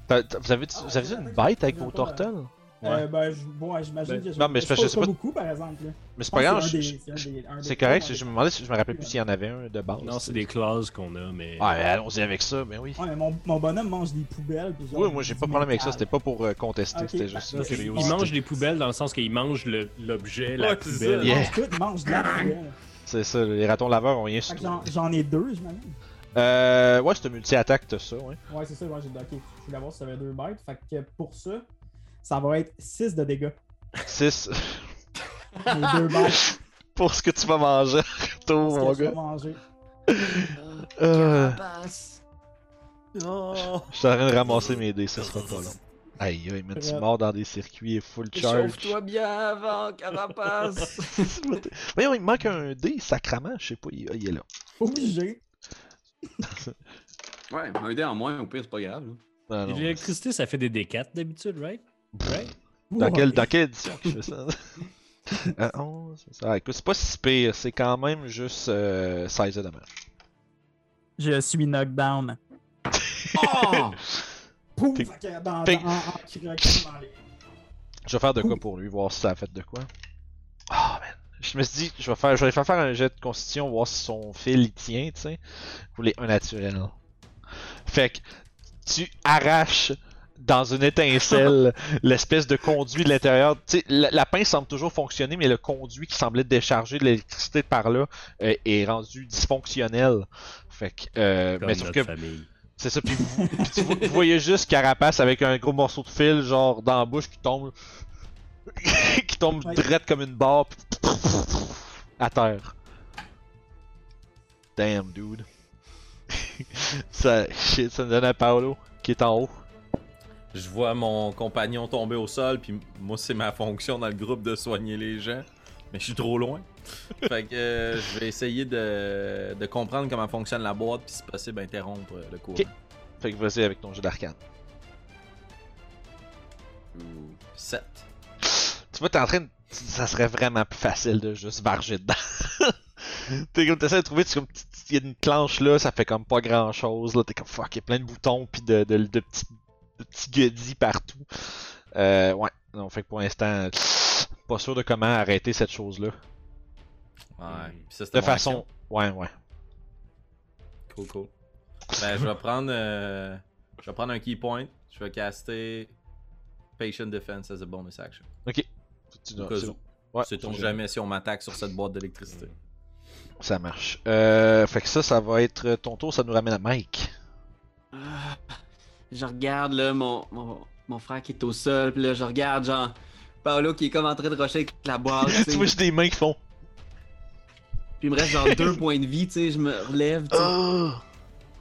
T'as- t'as- Vous avez, vous avez une bite avec vos turtles Euh, ben, je, ouais, j'imagine Ben, que je. non, mais je- je je pose sais pas, pas- beaucoup, par exemple. Mais là. Ah, c'est Je pas grave, pense que je- c'est un je- des- un des- c'est correct, un je des- me demandais si je me rappelais plus s'il y en avait un de base. Non, c'est des clauses qu'on a, mais. Ah, Ouais, mais allons-y avec ça, mais oui. Ouais, mais mon, mon bonhomme mange des poubelles. puis genre, Oui, moi j'ai du pas de problème avec ça, métal. c'était pas pour euh, contester, Ok, c'était juste. parfait. curiosité. Il mange des poubelles dans le sens qu'il mange le- l'objet, la Ouais, c'est ça. poubelle. Yeah. Il mange tout, il mange de la poubelle. C'est ça, les ratons laveurs ont rien Fait sur que toi. j'en- J'en ai deux, j'imagine. Euh, ouais, c'est un multi-attaque, t'as ça, ouais. Ouais, c'est ça, moi j'ai ok, je voulais voir si ça avait deux bites. Fait que pour ça, ça va être 6 de dégâts. 6. Les deux bites pour ce que tu vas manger, retour, parce Oh, mon que je vais gars. manger. Euh, Carapace! Non! Je suis en train de ramasser mes dés, ça sera pas long. Aïe, aïe, mais tu Prête. mords dans des circuits et full charge. Chauffe-toi bien avant, Carapace. Voyons, il me manque un dé, sacrament, je sais pas, il, il est là. Obligé. ouais, un dé en moins, au pire, c'est pas grave. là. Ah non. L'électricité, ça fait des D4 d'habitude, right? Right? Dans, quelle, Ouais. dans quelle édition que je fais ça? Euh, 11, ça. Ah, écoute, c'est pas si pire, c'est quand même juste euh, 16 de dommage. Je suis knockdown. Oh! Pouf! T'es- Dans, dans, t'es- en, en croquant dans les- Je vais faire de quoi pour lui, voir si ça a fait de quoi. Ah man. Je me suis dit, je vais, faire, je vais lui faire faire un jet de constitution, voir si son fil il tient, tu sais. Je voulais un naturel. Fait que tu arraches dans une étincelle l'espèce de conduit de l'intérieur. Tu sais, la, la pince semble toujours fonctionner, mais le conduit qui semblait décharger de l'électricité par là euh, est rendu dysfonctionnel. Fait que, euh, Comme mais sauf notre que famille. c'est ça, puis vous, puis tu vois- vous voyez juste Carapace avec un gros morceau de fil, genre dans la bouche, qui tombe. qui tombe Ouais. drette comme une barre, puis à terre. Damn, dude. ça, shit, ça me donne à Paolo, qui est en haut. Je vois mon compagnon tomber au sol, puis moi, c'est ma fonction dans le groupe de soigner les gens. Mais je suis trop loin. fait que euh, je vais essayer de, de comprendre comment fonctionne la boîte, puis si possible, interrompre euh, le cours. Ok. Fait que vas-y avec ton jeu d'arcane. 7. Tu vois, t'es en train de... Ça serait vraiment plus facile de juste varger dedans. t'es comme, t'essaies de trouver, tu comme, tu- tu- il y a une planche là, ça fait comme pas grand chose, là, t'es comme, fuck, il y a plein de boutons pis de, de, de petits, de petits goodies partout. Euh, ouais. Non, fait que pour l'instant, pas sûr de comment arrêter cette chose-là. Ouais. Puis ça, c'était De mon façon... Ouais, ouais. action. Cool, cool. Ben, je vais prendre, euh, je vais prendre un key point. Je vais caster Patient Defense as a bonus action. Tu Au dois- cas Ah, c'est où. bon. Ouais, Mm. Sait-on tu- jamais si on m'attaque sur cette boîte d'électricité. Ça marche. Euh, fait que ça, ça va être ton tour, ça nous ramène à Mike. Ah, Je regarde là mon, mon, mon frère qui est au sol, puis là je regarde genre Paolo qui est comme en train de rusher avec la boîte, tu sais. tu vois, j'ai des mains qui font... puis il me reste genre deux points de vie, tu sais, je me relève, tu sais. Oh!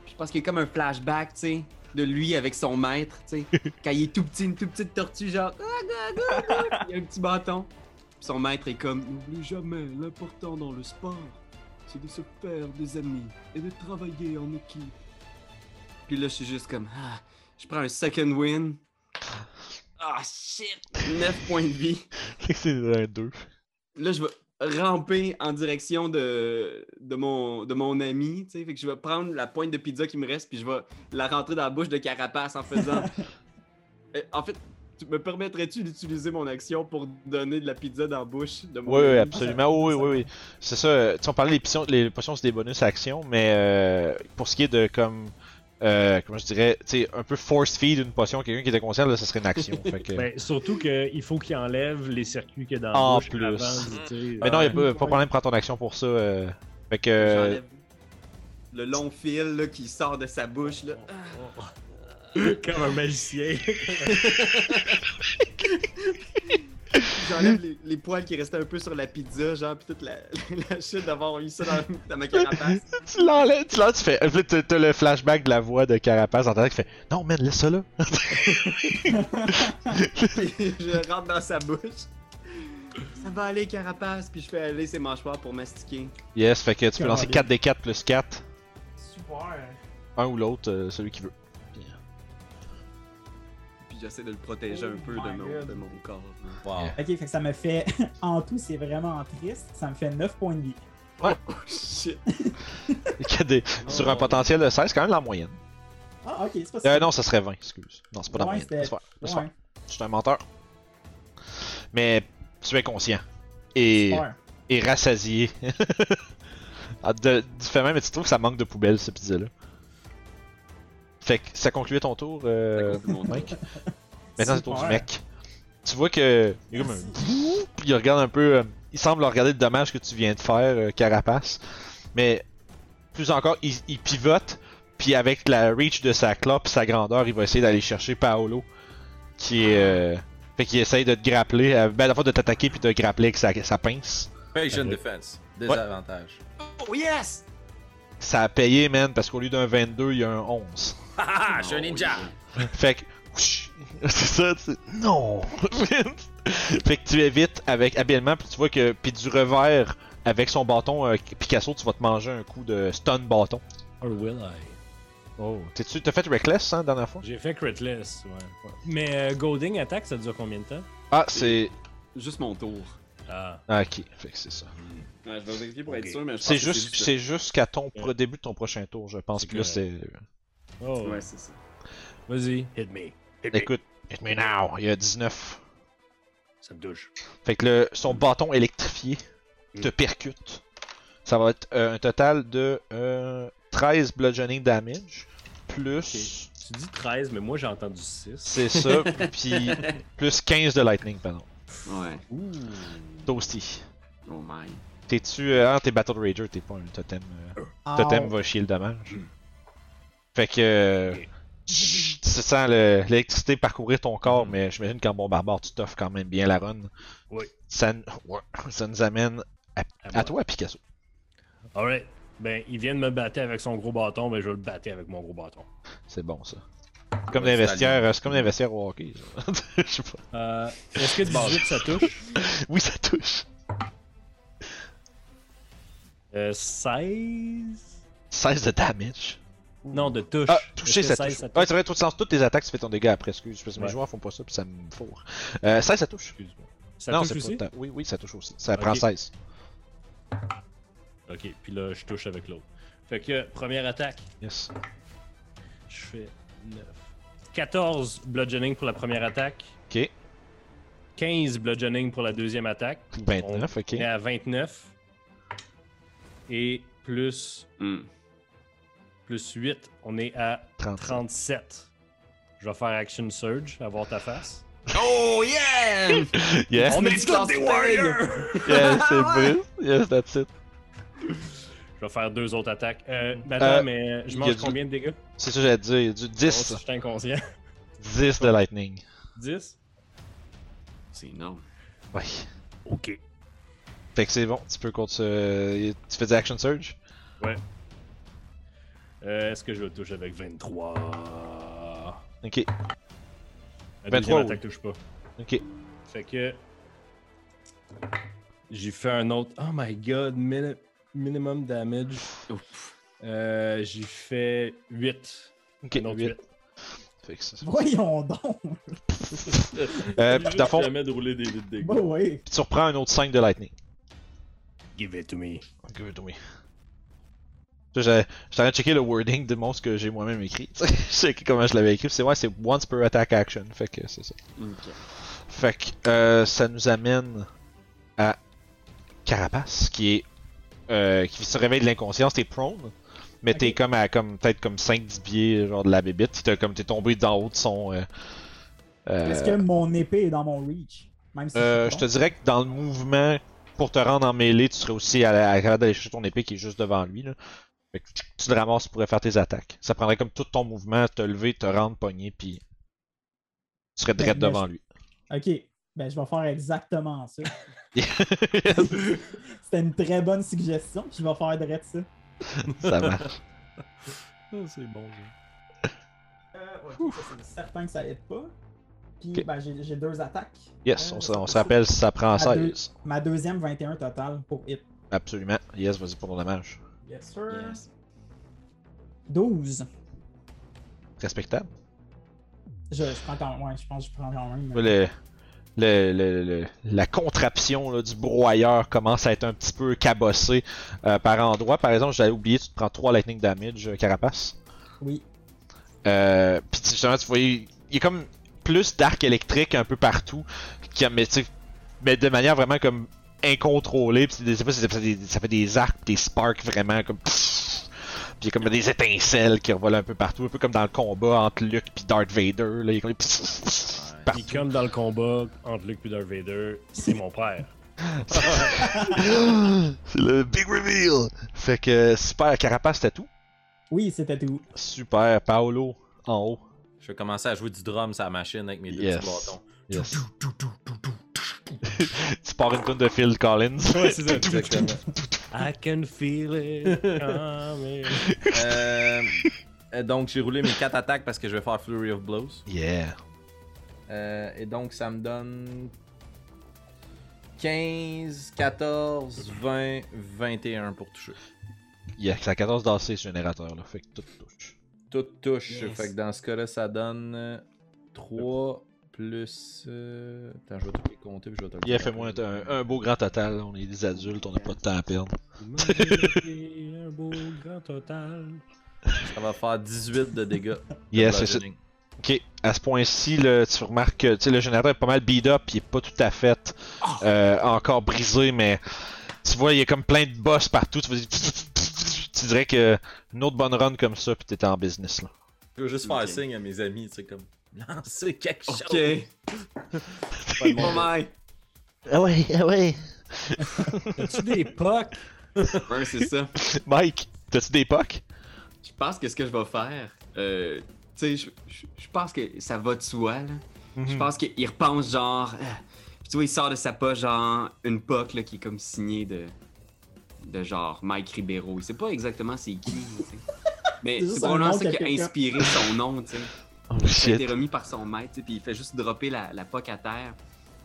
Je pense qu'il y a comme un flashback, tu sais, de lui avec son maître, tu sais, quand il est tout petit, une toute petite tortue genre Ah, go, go, go Puis il y a un petit bâton. Puis son maître est comme n'oublie jamais l'important dans le sport, c'est de se faire des amis et de travailler en équipe. Puis là je suis juste comme ah, je prends un second win. Ah shit, 9 points de vie. c'est un 2. Là, je vais ramper en direction de, de, mon, de mon ami. tu sais. Fait que je vais prendre la pointe de pizza qui me reste, puis je vais la rentrer dans la bouche de Carapace en faisant. Eh, en fait, tu me permettrais-tu d'utiliser mon action pour donner de la pizza dans la bouche de mon Oui, oui, ami? absolument. Oui, oui, oui. oui. C'est ça. euh, Tu sais, on parlait des potions, les potions, c'est des bonus actions, mais euh, pour ce qui est de comme. Euh, comment je dirais, tu sais, un peu force feed une potion, quelqu'un qui était conscient, là, ça serait une action. fait que- Ben, surtout qu'il faut qu'il enlève les circuits qu'il y a dans En la bouche Ah, plus. avant d'hésiter. mais non, ben, il a pas, pas de problème, prends ton action pour ça. euh. Fait que. euh, J'enlève Le long fil là, qui sort de sa bouche. Là. euh, Comme un magicien. J'enlève les, les poils qui restaient un peu sur la pizza, genre, puis toute la, la chute d'avoir eu ça dans, dans ma carapace. tu l'enlèves, tu l'enlèves, tu fais. là, t'as- T'as le flashback de la voix de Carapace en tête qui fait Non, man, laisse ça là. Puis je rentre dans sa bouche. Ça va aller, carapace, puis je fais aller ses mâchoires pour mastiquer. Yes, fait que tu peux lancer Caroline. 4 des 4 plus 4, Super. un ou l'autre, euh, celui qui veut. Puis j'essaie de le protéger un Oh peu de my mon, God. de mon corps. là. Wow. Ok, fait que ça me fait. en tout, c'est vraiment triste. Ça me fait 9 points de vie. Oh shit! Quatre des- Sur un potentiel de 16, c'est quand même la moyenne. Ah, ok, c'est pas Euh, non, ça serait 20, excuse. Non, c'est pas la Ouais, moyenne. c'était- Laisse faire, laisse faire. Ouais, Je suis un menteur. Mais tu es conscient. Et, super. et rassasié. Ah, de, du fait même, mais tu trouves que ça manque de poubelle, ce pizza-là. Fait que ça concluait ton tour, euh, Ça conclut mon tour. Mike. Maintenant, c'est le tour du Super. mec. Tu vois que. Il, est comme un- Puis il regarde un peu. euh, il semble regarder le dommage que tu viens de faire, euh, Carapace. Mais plus encore, il, il pivote. Puis avec la reach de sa clope, sa grandeur, il va essayer d'aller chercher Paolo. Qui est. euh, fait qu'il essaye de te grappler. euh, ben, à la fois de t'attaquer puis de te grappler avec sa, sa pince. Patient Avec- Defense. Désavantage. Oh yes! ça a payé, man, parce qu'au lieu d'un 22, il y a un 11. Ah, je suis un Oh, ninja! Fait que. whoosh, C'est ça, tu sais, Non! fait que tu évites avec habilement, puis tu vois que. Puis du revers, avec son bâton euh, Picasso, tu vas te manger un coup de stun bâton. Or will I? Oh. T'es-tu, t'as fait Reckless, hein, dernière fois? J'ai fait critless, ouais. Mais euh, Golding Attack, ça dure combien de temps? Ah, c'est. Juste mon tour. Ah, Ah, ok, fait que c'est ça. Ouais, je vais vous expliquer pour Ok. être sûr, mais je pense C'est que juste, juste- c'est juste qu'à ton pro- début de ton prochain tour, je pense. C'est Puis là, c'est. oh, Ouais, c'est ça. vas-y, hit me. Hit me. Écoute, hit me now! Il y a 19. Ça me touche. Fait que le, son bâton électrifié te Mm. percute. Ça va être euh, un total de euh, 13 bludgeoning damage. Plus. Tu dis 13, mais moi j'ai entendu 6. C'est ça. puis plus 15 de lightning, pardon. Ouais. Ouh. Toasty. Oh my. T'es-tu. euh, Ah, t'es Battle Rager, t'es pas un totem. euh, Ah, oh. totem va chier le dommage. Fait que. euh, Mm. Ok. Tu sens le- l'électricité parcourir ton corps, mais j'imagine qu'en bon barbare, tu t'offres quand même bien la run. Mm. Oui. Ça, n- ouais, ça nous amène Ah à toi, Picasso. Alright. Ben, il vient de me battre avec son gros bâton, ben je vais le battre avec mon gros bâton. C'est bon ça. Comme Ouais, des c'est vestiaires, euh, c'est comme des vestiaires au hockey. ça. Je sais pas. Euh, Est-ce que 18 ça touche Oui, ça touche. euh, 16 16 de damage. Non, de touche. Ah, toucher, Est-ce que ça 16, touche. Ouais, c'est vrai, tout sens, toutes tes attaques, tu fais ton dégât après, excuse. Parce que mes Ouais. joueurs font pas ça, puis ça me fourre. Euh, 16, ça touche. Excuse-moi. Ça non, touche c'est aussi pas ta- Oui, oui, ça touche aussi. Ça Ok. prend 16. Ok, puis là, je touche avec l'autre. Fait que, première attaque, Yes. je fais 9. 14 bludgeoning pour la première attaque. Ok. 15 bludgeoning pour la deuxième attaque. 29, ok. On est à 29. Et plus, Hmm. plus 8, on est à 30. 37. Je vais faire Action Surge, avoir ta face. Oh yeah! Yes, Ah, On est tous des warriors! yes, c'est Bruce. Yes, that's it. Je vais faire deux autres attaques. Euh, ben attends, Euh, mais je y a mange du- combien de dégâts? C'est ça que j'allais te dire. il y a Du Oh, 10. je suis inconscient. 10 de lightning. 10? C'est énorme. Ouais. Ok. Fait que c'est bon, tu peux contre ce. Tu fais des action surge? Euh, Est-ce que je le touche avec 23? La Ok. deuxième 23, attaque touche pas. Ok. Fait que. J'ai fait un autre. Oh my god, mini- minimum damage. Ouf. Euh, J'ai fait 8. Ok. un autre huit. 8. Fait que ça- Ah, Voyons donc. Euh, puis dans le fond, Je jamais de rouler des dés de dégâts. Bah oui. puis tu reprends un autre 5 de lightning. Give it to me. Good, oui. Ça, j'ai- J'étais en train de checker le wording de monstre que j'ai moi-même écrit. tu sais. Je sais que comment je l'avais écrit. puis C'est ouais, c'est once per attack action. Fait que c'est ça. Ok. Fait que euh, ça nous amène à Carapace qui est euh, qui se réveille de l'inconscience. T'es prone, mais t'es comme à comme peut-être comme 5-10 pieds genre de la bébite. T'es comme t'es tombé d'en haut de son. euh, euh, Est-ce que mon épée est dans mon reach? Même si Euh, je c'est te bon. dirais que dans le mouvement, pour te rendre en mêlée, tu serais aussi à, la- à capable d'aller chercher ton épée qui est juste devant lui. Là. Fait que tu- tu le ramasses, tu pourrais faire tes attaques. Ça prendrait comme tout ton mouvement, te lever, te rendre, pogner, puis tu serais Ben, direct mais devant je- lui. Ok. Ben, je vais faire exactement ça. C'était une très bonne suggestion. puis Je vais faire direct ça. ça marche. c'est bon. Euh, ouais, ça, c'est certain que ça aide pas. Puis, Ok. ben, j'ai j'ai deux attaques. Yes, Euh, on, se- ça on peut se ça. rappelle si ça prend À 16. Ma deuxième, 21 total pour hit. Absolument. Yes, vas-y pour ton dommage. Yes, sir. Yes. 12. Respectable. Je, je prends quand ouais, je pense que je prends quand même. mais- Le, le- le- le- la contraption là, du broyeur commence à être un petit peu cabossée euh, par endroit. Par exemple, j'avais oublié, tu te prends 3 lightning damage, euh, Carapace. Oui. Euh, puis justement, tu vois, il il y a comme plus d'arc électrique un peu partout, qui, mais, tu sais, mais de manière vraiment comme incontrôlée. Puis des fois, c'est- ça fait des, ça fait des arcs, des sparks vraiment comme. pfff. Puis il y a comme des étincelles qui revolent un peu partout, un peu comme dans le combat entre Luke puis Darth Vader. Là, il y a comme des pfff, pfff, Ouais. Puis partout. comme dans le combat entre Luke et Darth Vader, c'est mon père. c'est le big reveal. Fait que super carapace, c'était tout. Oui, c'était tout. Super Paolo en haut. Je vais commencer à jouer du drum sur la machine avec mes deux Yes. petits bâtons. Yes. tu pars une tonne de Phil Collins. Ouais, c'est ça, exactement. I can feel it coming. Euh, euh, donc, j'ai roulé mes 4 attaques parce que je vais faire Flurry of Blows. Yeah. Euh, et donc, ça me donne 15, 14, 20, 21 pour toucher. Il a sa 14 d'AC ce générateur là, fait que tout touche. Tout touche. Yes. Fait que dans ce cas-là, ça donne 3 plus. euh, Attends, je vais tout les compter puis je vais te le Il a dire fait moins après. un, un beau grand total, on est des adultes, on n'a pas de temps à perdre. Imaginez un beau grand total. Ça va faire 18 de dégâts. Yes, c'est ça. Ok, à ce point-ci, là, tu remarques que tu sais, le générateur est pas mal beat up, il est pas tout à fait euh, encore brisé, mais tu vois, il y a comme plein de boss partout. Tu, vas dire, tu dirais que une autre bonne run comme ça, puis t'étais en business là. Je veux juste faire Ok. signe à mes amis, tu sais, comme. Lancer quelque chose. Ok. Pas le Oh monde. my. Ah ouais, ah ouais. T'as-tu des pocs? Ouais, c'est ça. Mike, t'as-tu des pocs? Je pense que ce que je vais faire, euh, tu sais, je, je- je pense que ça va de soi, là. Hmm. Je pense qu'il repense, genre. ah. Puis tu vois, il sort de sa poche, genre, une POC, là, qui est comme signée de. de genre Mike Ribeiro. Il sait pas exactement c'est qui, tu sais. Mais C'est c'est juste probablement un nom ça que qui a quelqu'un- inspiré son nom, tu sais. Oh Ça a été shit. remis par son maître, tu sais, puis il fait juste dropper la, la POC à terre.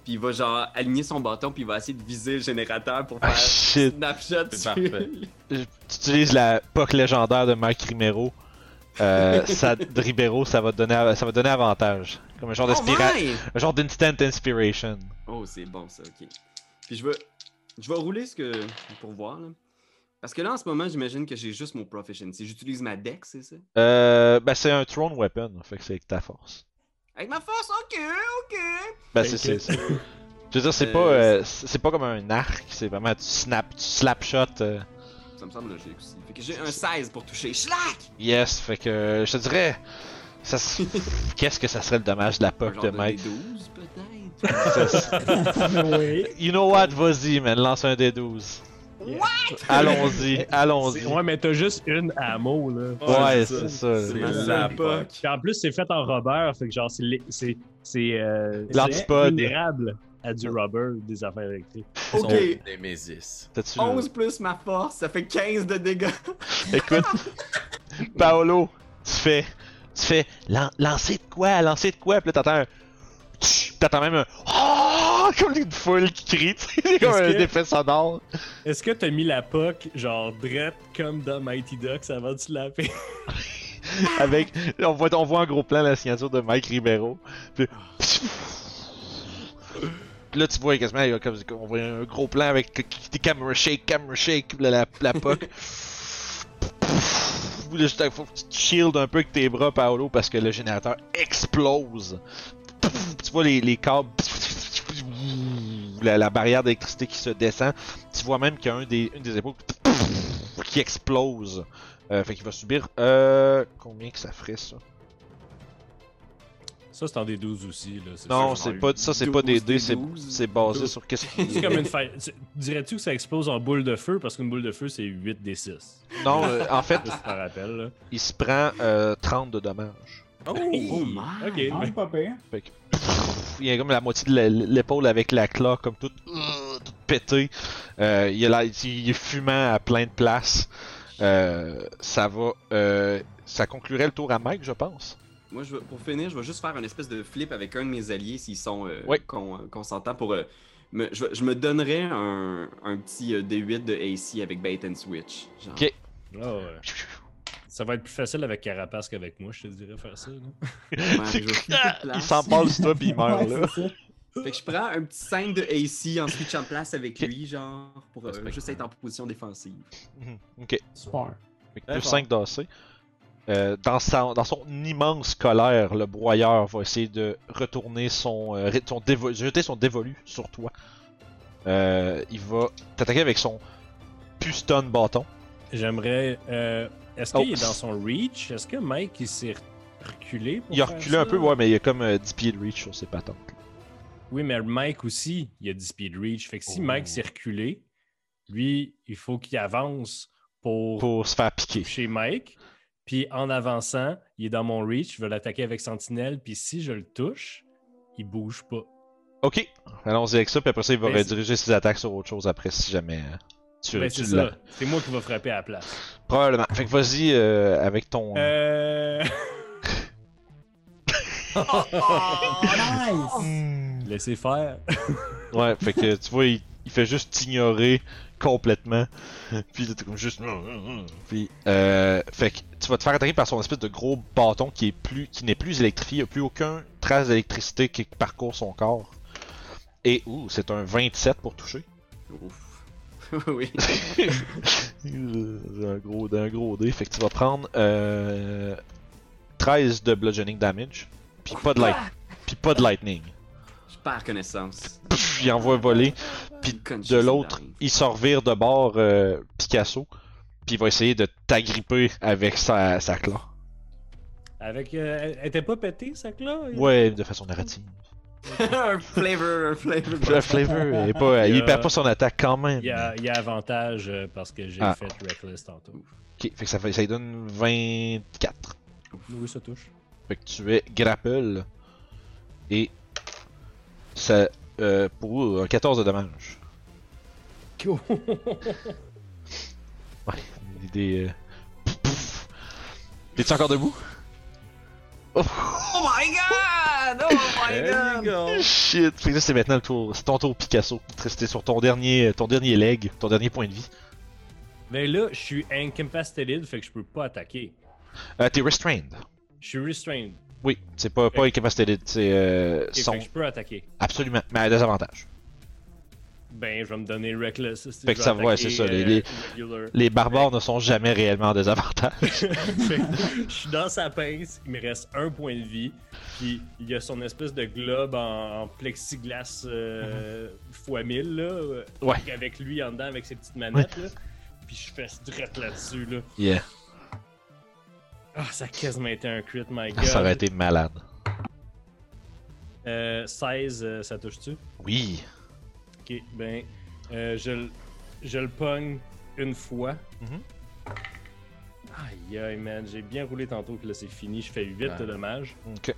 Puis il va, genre, aligner son bâton, puis il va essayer de viser le générateur pour Ah faire. shit. Snapshot, C'est sur parfait. lui. Tu utilises la POC légendaire de Mike Rimero. Euh, ça, de Ribeiro, ça va te donner, ça va te donner avantage. Comme un genre Oh, d'inspira- my! un genre d'instant inspiration. Oh, c'est bon ça, ok. Puis je veux, je vais rouler ce que pour voir là. Parce que là en ce moment, j'imagine que j'ai juste mon proficiency. J'utilise ma dex, c'est ça Euh, ben c'est un throne weapon, fait que c'est avec ta force. Avec ma force, ok, ok. Ben Fait c'est, que- c'est, c'est- Je veux dire, c'est Euh, pas, euh, c'est c'est pas comme un arc, c'est vraiment tu snap, tu slap shot. euh, Ça me semble logique aussi. Fait que j'ai un 16 pour toucher. Schlack. yes, fait que euh, je te dirais, ça se- qu'est-ce que ça serait le dommage de la Un POC genre de de Mike? D12 peut-être. Ça se- oui. You know what, vas-y man, lance un D12. Yeah. Allons-y, allons-y. Ouais, mais t'as juste une ammo, là. Ouais, c'est ça. C'est Ma la seule POC. Puis en plus, c'est fait en rubber, fait que genre, c'est. lé- c'est- C'est. euh, De c'est l'antipode. vulnérable à du rubber, des affaires électriques. Ok. Son Némésis. T'as-tu- 11 plus ma force, ça fait 15 de dégâts. Écoute, Paolo, tu fais, tu fais lan- lancer de quoi, lancer de quoi, puis là t'entends un. tch, T'entends même un. Oh! Comme une foule qui crie, tu sais, c'est comme Est-ce un que- effet sonore. Est-ce que t'as mis la POC, genre, drette comme dans Mighty Ducks avant de slapper? Avec, on, voit, on voit en gros plan la signature de Mike Ribeiro. Puis, Puis là, tu vois quasiment, il y a comme, on voit un gros plan avec des camera shake, camera shake, puis là, la, la POC. Là, juste, faut que tu te shields un peu avec tes bras, Paolo, parce que le générateur explose. Tu vois les, les câbles. La, la barrière d'électricité qui se descend. Tu vois même qu'il y a un des, une des épaules qui explose. Euh, fait qu'il va subir. Euh, combien que ça ferait ça Ça, c'est en D12 aussi, là. Non, c'est pas ça, c'est pas des 12, dés, c'est 12. c'est basé 12. sur qu'est-ce qu'il C'est comme une fa- tu- Dirais-tu que ça explose en boule de feu? Parce qu'une boule de feu, c'est 8 des 6. Non, euh, en fait, Je te rappelle, là. il se prend euh, 30 de dommages. Oh! Oh my. Non, Ok, mais Ah, c'est pas pire. Il y a comme la moitié de l'é- l'épaule avec la claque comme toute, euh, toute pétée. Euh, il, a l'air- il est fumant à plein de places. Euh, ça va. euh, ça conclurait le tour à Mike, je pense. Moi, je veux- pour finir, je vais juste faire une espèce de flip avec un de mes alliés s'ils sont euh, Ouais. con- euh, consentants pour. euh, me- je, je me donnerais un, un petit euh, D8 de AC avec bait and switch. Genre. Ok. Ah ouais. ça va être plus facile avec Carapace qu'avec moi, je te dirais faire ça. là. Ouais, je vais flipper de Il place. s'emballe sur Ah, toi puis il meurt là. Ouais, c'est ça. Fait que je prends un petit 5 de AC en switchant de place avec lui, genre, pour euh, Respectable. juste être en position défensive. Mhm, Ok. Super. Fait que Très plus fort. 5 d'AC. Euh, dans, sa- dans son immense colère, le broyeur va essayer de retourner son, euh, ré- son dévo- jeter son dévolu sur toi. Euh, il va t'attaquer avec son puston bâton. J'aimerais. euh, Est-ce Oh. qu'il est dans son reach? Est-ce que Mike, il s'est reculé? Pour Il a faire reculé un ça? peu, ouais, mais il a comme euh, 10 pieds de reach sur ses patentes. Oui, mais Mike aussi, il a 10 pieds de reach. Fait que Oh. si Mike s'est reculé, lui, il faut qu'il avance pour, Pour se faire piquer. toucher Mike. Puis en avançant, il est dans mon reach. Je vais l'attaquer avec Sentinelle. Puis si je le touche, il bouge pas. Ok, allons-y avec ça, puis après ça, il va Mais c'est- rediriger ses attaques sur autre chose après si jamais euh, Tu, Ben, tu c'est l'as. ça. C'est moi qui vais frapper à la place. Probablement. Fait que vas-y euh, avec ton. Euh... Nice! Hmm. Laissez faire. Ouais, fait que tu vois, il, il fait juste t'ignorer complètement. Puis il est comme juste. Puis, euh, fait que tu vas te faire attaquer par son espèce de gros bâton qui est plus, qui n'est plus électrifié. Il n'y a plus aucune trace d'électricité qui parcourt son corps. Et ouh, c'est un 27 pour toucher. Ouf. oui. C'est un gros, un gros dé. Fait que tu vas prendre euh, 13 de bludgeoning damage. Puis pas de light, puis pas de lightning. Je perds connaissance. Pff, il envoie voler. Puis de l'autre, il sort revire de bord euh, Picasso, puis il va essayer de t'agripper avec sa, sa claw. Avec, euh, elle- elle était pas pétée, ça, là? Ouais, de façon narrative. un flavor, un flavor. Le flavor, il, est pas, il Yeah. perd pas son attaque quand même. Il y a, il y a avantage euh, parce que j'ai Ah. fait Reckless tantôt. Ok, fait que ça, fait, ça lui donne 24. Oui, ça touche. Fait que tu es grapple. Et ça. euh, pour un 14 de dommages. Ouais, des. euh, pouf, pouf. T'es-tu encore debout? Oh my god! Oh my There you god! go. Shit! Fait que là, c'est maintenant le tour. C'est ton tour, Picasso. C'était sur ton dernier, ton dernier leg, ton dernier point de vie. Mais là, je suis incapacitated, fait que je peux pas attaquer. Euh, t'es restrained. Je suis restrained, Oui, c'est pas, pas incapacitated, c'est euh, Ok, son. fait que je peux attaquer. Absolument, mais à désavantage. Ben, je vais me donner Reckless. si Fait je que vais ça, ouais, c'est attaquer, ça, les- euh, les- regular. Les barbares ne sont jamais réellement à désavantage. Fait que je suis dans sa pince, il me reste un point de vie, puis il y a son espèce de globe en, en plexiglas euh, x 1000, là, euh, Mhm. Ouais. avec lui en dedans, avec ses petites manettes, là. Puis je fais ce drette là-dessus, là. Yeah, Ah, ça a quasiment été un crit, my god. ça aurait été malade. Euh, 16, euh, ça touche-tu? Oui. Ok, ben, euh, je, l- je le pogne une fois. Mhm. Aïe, aïe, man, j'ai bien roulé tantôt que là c'est fini, je fais 8 de Ah. dommages. Ok.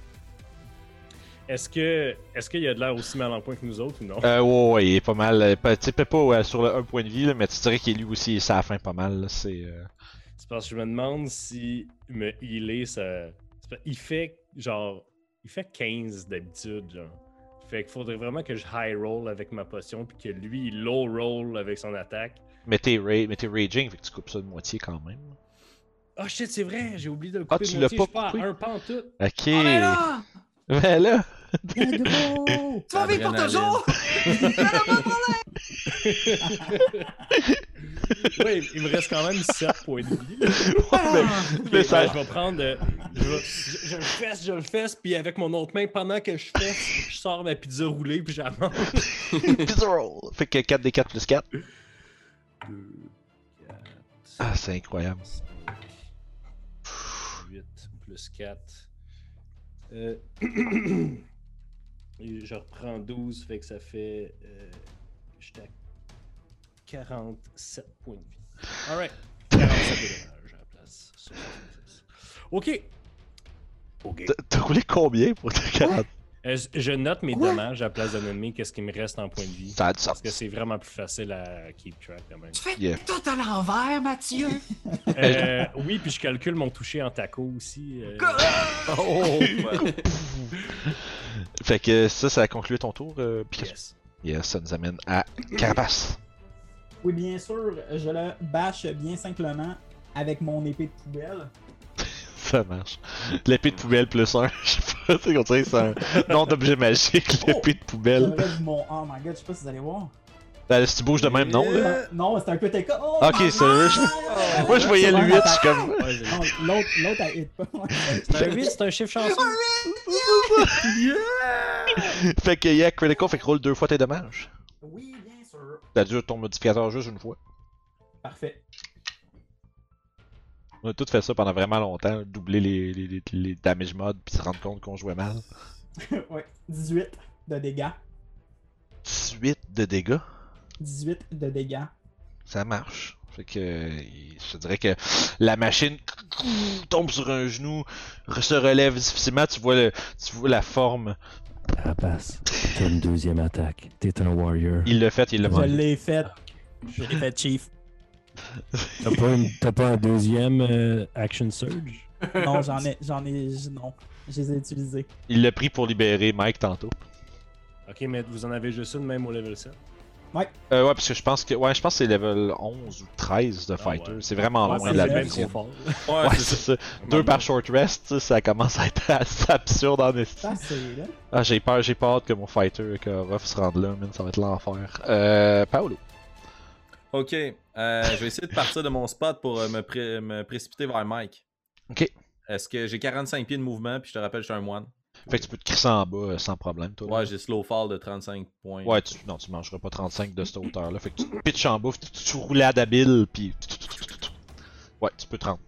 Est-ce que est-ce qu'il y a de l'air aussi mal en point que nous autres ou non? Euh, ouais, ouais, il est pas mal. euh, pas- Tu sais, pas euh, sur le 1 point de vie, là, mais tu dirais qu'il est lui aussi, il à fin pas mal. là, C'est. euh, C'est parce que je me demande si me healer, ça. c'est pas- Il fait genre. Il fait 15 d'habitude, genre. Fait qu'il faudrait vraiment que je high roll avec ma potion, puis que lui, il low roll avec son attaque. Mais t'es ra- mais t'es raging, fait que tu coupes ça de moitié quand même. Ah shit, c'est vrai, j'ai oublié de le Ah, couper. tu l'as de moitié, pas je pars coupé? un pan en tout. Ok. Oh, mais là! mais là. Gros! Tu vas vivre pour Adrénaline. toujours! Ouais, il me reste quand même 7 points de vie. mais, mais Ok, ça, ben, je vais prendre. euh, je, vais- je- je le fesse, je le fesse, puis avec mon autre main, pendant que je fesse, je sors ma pizza roulée, puis j'avance. Pizza roll. Fait que 4 des 4 plus 4. Ah, c'est incroyable. 8 plus 4. Euh, et je reprends 12, fait que ça fait. Euh, J'étais à 47 points de vie. Alright. 47 de dommage à la place. 66. Ok. Ok. T'as- T'as roulé combien pour ta 40 Euh, je- je note mes dommages à la place d'un ennemi, qu'est-ce qui me reste en points de vie. Ça a du sens. Parce que c'est vraiment plus facile à keep track quand même. Tu fais Yeah. tout à l'envers, Mathieu! Euh, oui, puis je calcule mon toucher en taco aussi. euh, Oh, ouais. Fait que ça, ça a conclu ton tour, euh, Picasso. yes. Yes. ça nous amène à Carapace. Oui, bien sûr, je le bâche bien simplement avec mon épée de poubelle. ça marche. L'épée de poubelle plus 1. Je sais pas, tu sais, on dirait que c'est un nom d'objet Oh! magique, l'épée de poubelle. J'aurais du mon Oh my god, je sais pas si vous allez voir. Ben, si tu bouges de même, non, là. Euh, non, c'est un peu TK. Oh Ok, my sérieux, je- God! Moi, je voyais C'est le vraiment 8, je suis attaquant. comme. Ouais, j'ai- Non, l'autre, l'autre, elle hit pas. C'est un 8, Ben c'est un chiffre chanceux. Fait que, yeah, critical, fait que roule deux fois tes dommages. oui, bien sûr. T'as dû ton modificateur juste une fois. Parfait. On a tous fait ça pendant vraiment longtemps, doubler les, les, les, les damage mods puis se rendre compte qu'on jouait mal. ouais, 18 de dégâts. 18 de dégâts, 18 de dégâts. ça marche. Fait que euh, je te dirais que la machine tombe sur un genou, re- se relève difficilement, tu vois, le, tu vois la forme. Carapace, t'as une deuxième attaque. T'es un warrior. Il l'a fait, il l'a Je mangé. l'ai fait. Je l'ai fait, Chief. T'as pas, une- t'as pas un deuxième euh, Action Surge? Non, j'en ai, j'en ai, j- non, je les ai utilisés. Il l'a pris pour libérer Mike tantôt. Ok, mais vous en avez juste une même au level 7. Euh, ouais, parce que je pense que ouais, je pense que c'est level 11 ou 13 de Fighter. Ah ouais. C'est vraiment Ah Ouais, loin c'est de la vrai, deuxième. fort. Ouais, Ouais, c'est ça. c'est ça. Deux par short rest, tu sais, ça commence à être assez absurde en esti. Ça, c'est là. Ah, j'ai peur, j'ai peur que mon fighter, que Ruff se rende là, man, ça va être l'enfer. Euh, Paolo. Ok, euh, je vais essayer de partir de mon spot pour euh, me, pré- me précipiter vers Mike. Ok. Est-ce que j'ai 45 pieds de mouvement, puis je te rappelle, je suis un moine. Fait que tu peux te crisser en bas euh, sans problème, toi. là. Ouais, j'ai slow fall de 35 points. Ouais, tu, non, tu mangeras pas 35 de cette hauteur-là. Fait que tu te pitches en bas, tu, tu roules à d'habile, pis. Ouais, tu peux te rendre.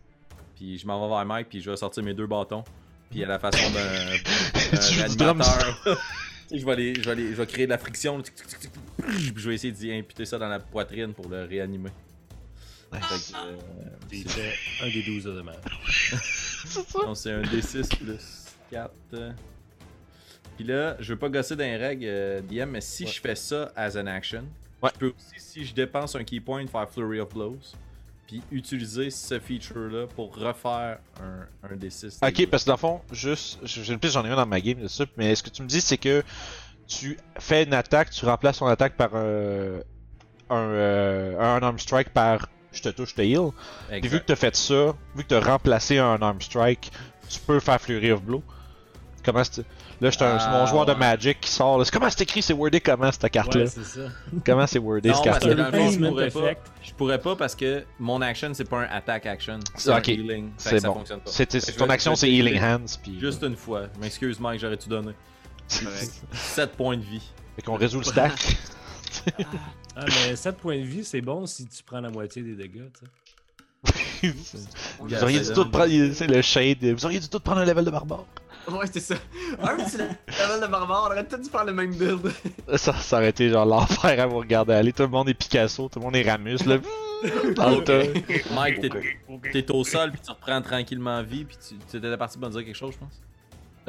Puis je m'en vais vers Mike, puis je vais sortir mes deux bâtons. Puis à la façon d'un d'un Tu joues du drum animateur, je vais, aller- je, vais aller- je vais créer de la friction. tic, tic, tic, tic, Puis je vais essayer d'y imputer ça dans la poitrine pour le réanimer. Fait que, euh, Il fait un des 12 de dommage. non, c'est un D6 plus 4. Puis là, je veux pas gosser d'un règle DM, mais si je fais ça as an action, Ouais. je peux aussi, si je dépense un key point, faire Flurry of Blows. Puis utiliser ce feature-là pour refaire un, un D6. Ok, parce que dans le fond, juste, je je- en plus, j'en ai un dans ma game de ça, mais ce que tu me dis, c'est que tu fais une attaque, tu remplaces ton attaque par euh, un, euh, un arm strike par je te touche, je te heal. Puis vu Exact. que t'as fait ça, vu que t'as remplacé un arm strike, tu peux faire Flurry of Blow. Comment c'est. Là, j'étais un- Ah, c'est mon joueur de ouais. Magic qui sort. là. C'est Comment c'est écrit, c'est wordé comment cette carte-là Ouais, c'est ça. Comment c'est wordé Non, cette parce que carte-là dans le fond, je Placement pourrais effect. pas. Je pourrais pas parce que mon action, c'est pas un attack action. C'est Ok, un healing. Fait que c'est ça bon. fonctionne pas. C'est- Fait c'est- que Ton je vais- action, je vais c'est Healing hein. utiliser Hands. Puis. Juste une fois. M'excuse, Mike, j'aurais tout donné. Correct. 7 points de vie. Fait qu'on résout le stack. Ah, mais 7 points de vie, c'est bon si tu prends la moitié des dégâts, tu sais. Vous auriez ça du tout donne. de prendre. C'est le shade. Vous auriez du tout de prendre un level de barbare. Ouais, Ah c'est ça. Un petit level de barbare, on aurait peut-être dû faire le même build. Ça, ça aurait été genre l'enfer à vous regarder aller. Tout le monde est Picasso, tout le monde est Ramus, là. Dans le tas. Mike, t'es t'es au sol, puis tu reprends tranquillement vie, puis tu tu étais parti pour me dire quelque chose, je pense.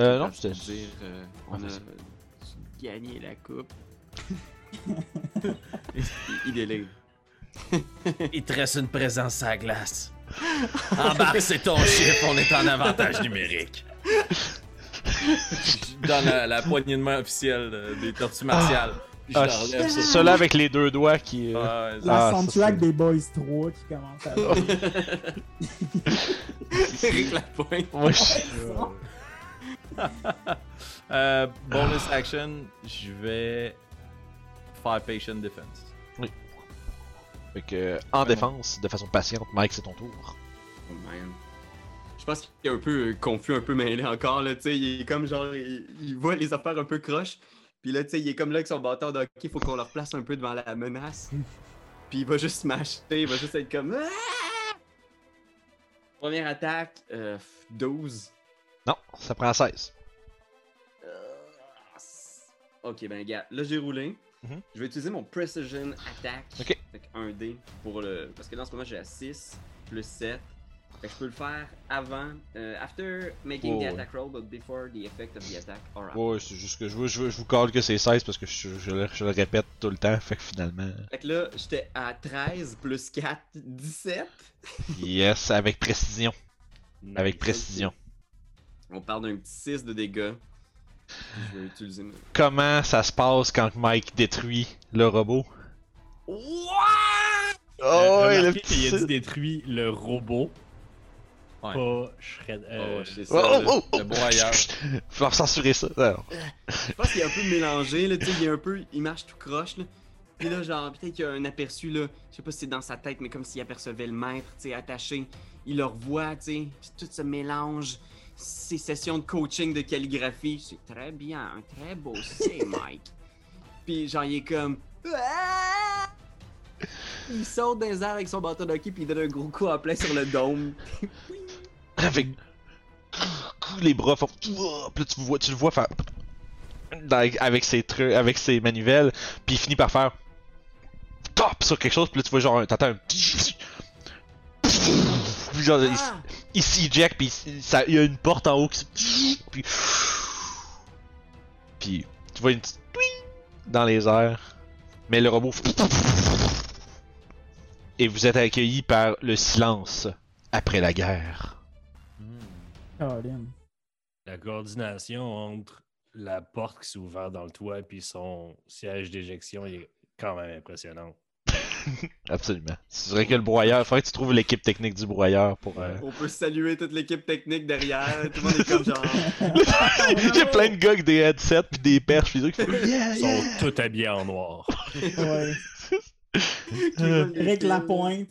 Euh, non, Je veux c'était. dire, euh, on Ouais, a c'est gagné la coupe. il, il délire. Il te reste une présence à la glace. Embarque, c'est ton chiffre, on est en avantage numérique. Dans la, la poignée de main officielle euh, des tortues martiales. Puis je Ah, l'enlève, ça. Cela avec les deux doigts qui. euh, Ouais, ouais, La Ah, ça, soundtrack c'est- des Boys 3 qui commence à. Eric Lapointe. Moi, je- Oh, Euh, bonus action, je vais faire patient defense. Fait que, en défense, de façon patiente, Mike, c'est ton tour. Oh, man. Je pense qu'il est un peu euh, confus, un peu mêlé encore, là, tu sais, il est comme genre, il, il voit les affaires un peu croches, puis là, tu sais, il est comme là avec son bâton de hockey, faut qu'on le replace un peu devant la menace, puis il va juste m'acheter, il va juste être comme... Ah! Première attaque, euh, 12. Non, ça prend 16. Euh, Ok, ben gars, là j'ai roulé. Mhm. Je vais utiliser mon Precision Attack. Ok. Fait que un dé pour le. Parce que là en ce moment j'ai à 6 plus 7. Fait que je peux le faire avant. euh, after making Oh, the ouais. attack roll, but before the effect of the attack. Alright. Ouais, c'est juste que je, veux, je, veux- je vous colle que c'est 16 parce que je, je le, je le répète tout le temps, fait que finalement. Fait que là j'étais à 13 plus 4, 17. Yes, avec précision. Avec précision. On parle d'un petit 6 de dégâts. Je vais utiliser. mon- Comment ça se passe quand Mike détruit le robot What? Euh, ouais, remarquez le qu'il a petit- dit détruit le robot. Ouais. Pas Shred. euh, Oh, c'est ça. Oh, là. oh, oh, Le broyeur. oh. Faut censurer ça. Alors, Je pense qu'il est un peu mélangé, là, tu sais, il est un peu, il marche tout croche, là. Puis là, genre, peut-être qu'il y a un aperçu, là, je sais pas si c'est dans sa tête, mais comme s'il apercevait le maître, tu sais, attaché. Il le revoit, tu sais, puis tout ce mélange, ces sessions de coaching de calligraphie, c'est très bien, un très beau C, Mike. Puis genre, il est comme... Ah! Il saute dans les airs avec son bâton de hockey, puis il donne un gros coup en plein sur le dôme. Avec. Les bras font. Puis là, tu, vois, tu le vois faire. dans- avec ses trucs, avec ses manivelles. Puis il finit par faire. Top sur quelque chose. Puis là, tu vois, genre, t'entends un petit. Puis genre, il, s- Ah! il s'éjecte, Puis il, ça- il y a une porte en haut qui se. Puis. Puis tu vois une petite. Dans les airs. Mais le robot. et vous êtes accueilli par le silence après la guerre. Colin. La coordination entre la porte qui s'est ouverte dans le toit et son siège d'éjection est quand même impressionnante. Absolument. C'est vrai que le broyeur, il faudrait que tu trouves l'équipe technique du broyeur pour. euh, On peut saluer toute l'équipe technique derrière. Tout le monde est comme genre. Il y a plein de gars avec des headsets puis des perches puis des trucs. Ils sont tous habillés en noir. Ouais. Euh, Eric Lapointe,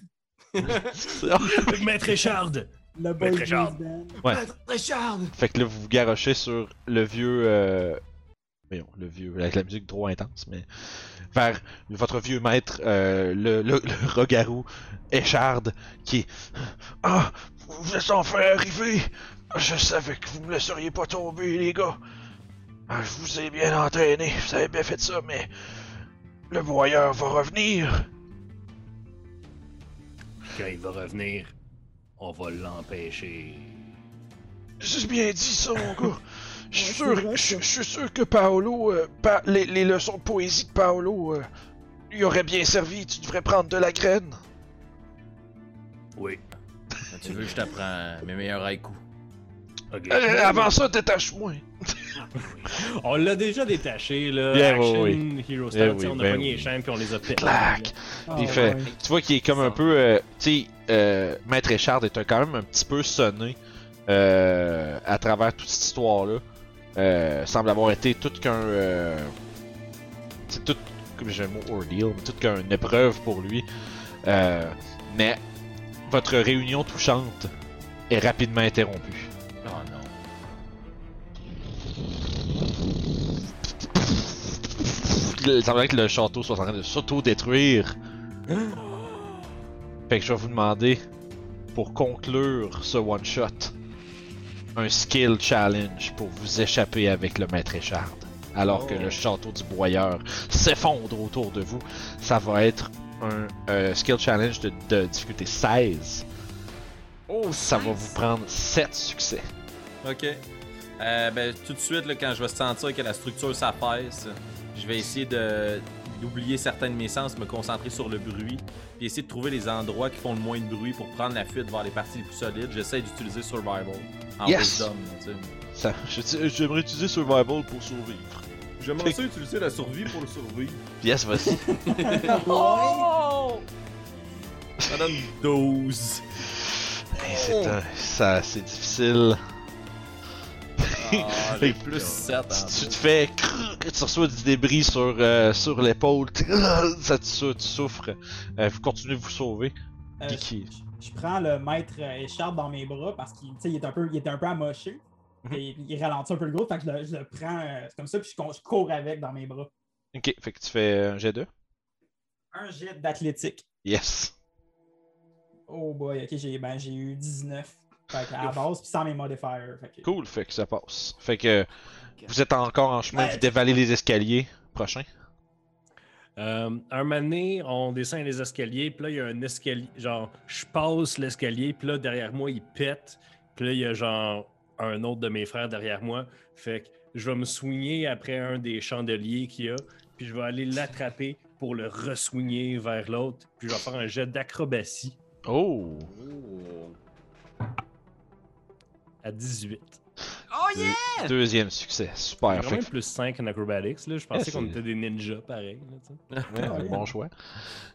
Maître Richard! le boy blues Richard. band. Richard! Fait que là, vous vous garochez sur le vieux. Euh... voyons, le vieux. Avec la musique trop intense, mais. Vers votre vieux maître, euh, le, le, le Rogarou Échard, qui est. Ah Vous êtes enfin arrivé Je savais que vous me laisseriez pas tomber, les gars Ah, Je vous ai bien entraîné, vous avez bien fait ça, mais. Le broyeur va revenir Quand il va revenir, on va l'empêcher. J'ai bien dit ça, mon gars. Je suis Ouais, sûr, c'est vrai, je- ça. je suis sûr que Paolo, euh, Pa- les, les leçons de poésie de Paolo euh, lui auraient bien servi. Tu devrais prendre de la graine. Oui. Tu veux que je t'apprends mes meilleurs haïkus? Ok. Euh, avant ça, détache-moi. On l'a déjà détaché, là. Bien, oui, Action, oui. Hero Bien, Star, tu oui, sais, on a bien, pogné oui. les chaînes puis on les a fait. Clac. Ah, Il fait- ouais. Tu vois qu'il est comme un peu. euh, tu sais, euh, Maître Richard est quand même un petit peu sonné euh, à travers toute cette histoire-là. Euh, semble avoir été tout qu'un. euh, tu sais, tout. Comme j'ai le mot ordeal, mais tout qu'une épreuve pour lui. Euh, mais votre réunion touchante est rapidement interrompue. Oh non. Il semblerait que le château soit en train de s'auto-détruire. Fait que je vais vous demander, pour conclure ce one-shot, un skill challenge pour vous échapper avec le maître Richard. Alors que Oh. le château du broyeur s'effondre autour de vous, ça va être un euh, skill challenge de, de difficulté 16. Oh, Ça va vous prendre 7 succès. Ok. Euh, ben, tout de suite, là, quand je vais sentir que la structure s'affaisse, je vais essayer de d'oublier certains de mes sens, me concentrer sur le bruit, puis essayer de trouver les endroits qui font le moins de bruit pour prendre la fuite vers les parties les plus solides. J'essaie d'utiliser Survival en Yes. wisdom. là, tu sais. Ça- je- J'aimerais utiliser Survival pour survivre. J'aimerais ça utiliser la survie pour le survivre. Yes, vas-y. Oh! Ça donne 12. Hey, c'est un- ça, c'est difficile. Ah, j'ai plus 7 en Si tu te plus. fais crrr, que tu reçois du débris sur, euh, sur l'épaule, t'es- ça te sou- tu souffres. Euh, vous continuez de vous sauver. Euh, Puis qui- je- je prends le maître euh, Écharpe dans mes bras parce qu'il tu sais, il est un peu, il était un peu amoché. Mhm. Et puis il ralentit un peu le groupe, fait que je le, je le prends euh, comme ça, puis je, con- je cours avec dans mes bras. Ok, fait que tu fais un G2. Un jet d'athlétique. Yes. Oh boy, ok, j'ai ben, j'ai eu 19. Fait que à la base, puis sans mes modifiers. Fait que- Cool, fait que ça passe. Fait que vous êtes encore en chemin, vous dévalez les escaliers. Prochain. Euh, un moment donné, on descend les escaliers, puis là, il y a un escalier, genre, je passe l'escalier, puis là, derrière moi, il pète, puis là, il y a genre un autre de mes frères derrière moi. Fait que je vais me soigner après un des chandeliers qu'il y a, puis je vais aller l'attraper pour le ressoigner vers l'autre, puis je vais faire un jet d'acrobatie Oh! Oh. à 18. Oh yeah! Deuxième succès. J'ai Super. quand Fait même que- plus 5 en acrobatics, là. Je pensais c'est- qu'on était des ninjas, pareil. là, tu sais. ouais, bon choix.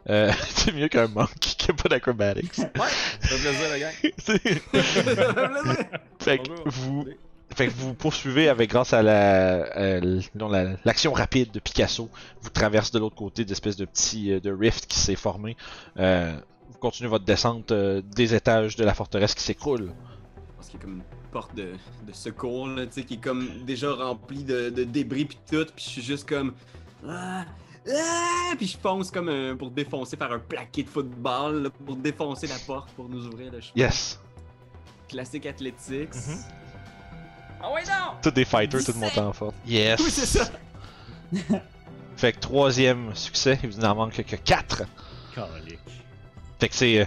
Euh, c'est mieux qu'un monk qui n'a pas d'acrobatics. Ça fait plaisir, la gang. fait que Bonjour. vous Fait que vous poursuivez avec grâce à la euh, l- non, la- l'action rapide de Picasso, vous traversez de l'autre côté d'espèce de petit euh, de rift qui s'est formé. Euh, vous continuez votre descente euh, des étages de la forteresse qui s'écroule. Parce qu'il y a comme une porte de, de secours, là, tu sais, qui est comme déjà remplie de, de débris pis tout, pis je suis juste comme... Ah, ah, puis je fonce comme un- pour défoncer, faire un plaqué de football, là, pour défoncer la porte, pour nous ouvrir le chemin. Yes, Classique athlétique. Mhm. Ah ouais, non! tous des fighters, tout le monde est en forme. Yes. Oui, c'est ça! Fait que troisième succès, il vous en manque que quatre. Calique. Fait que c'est euh,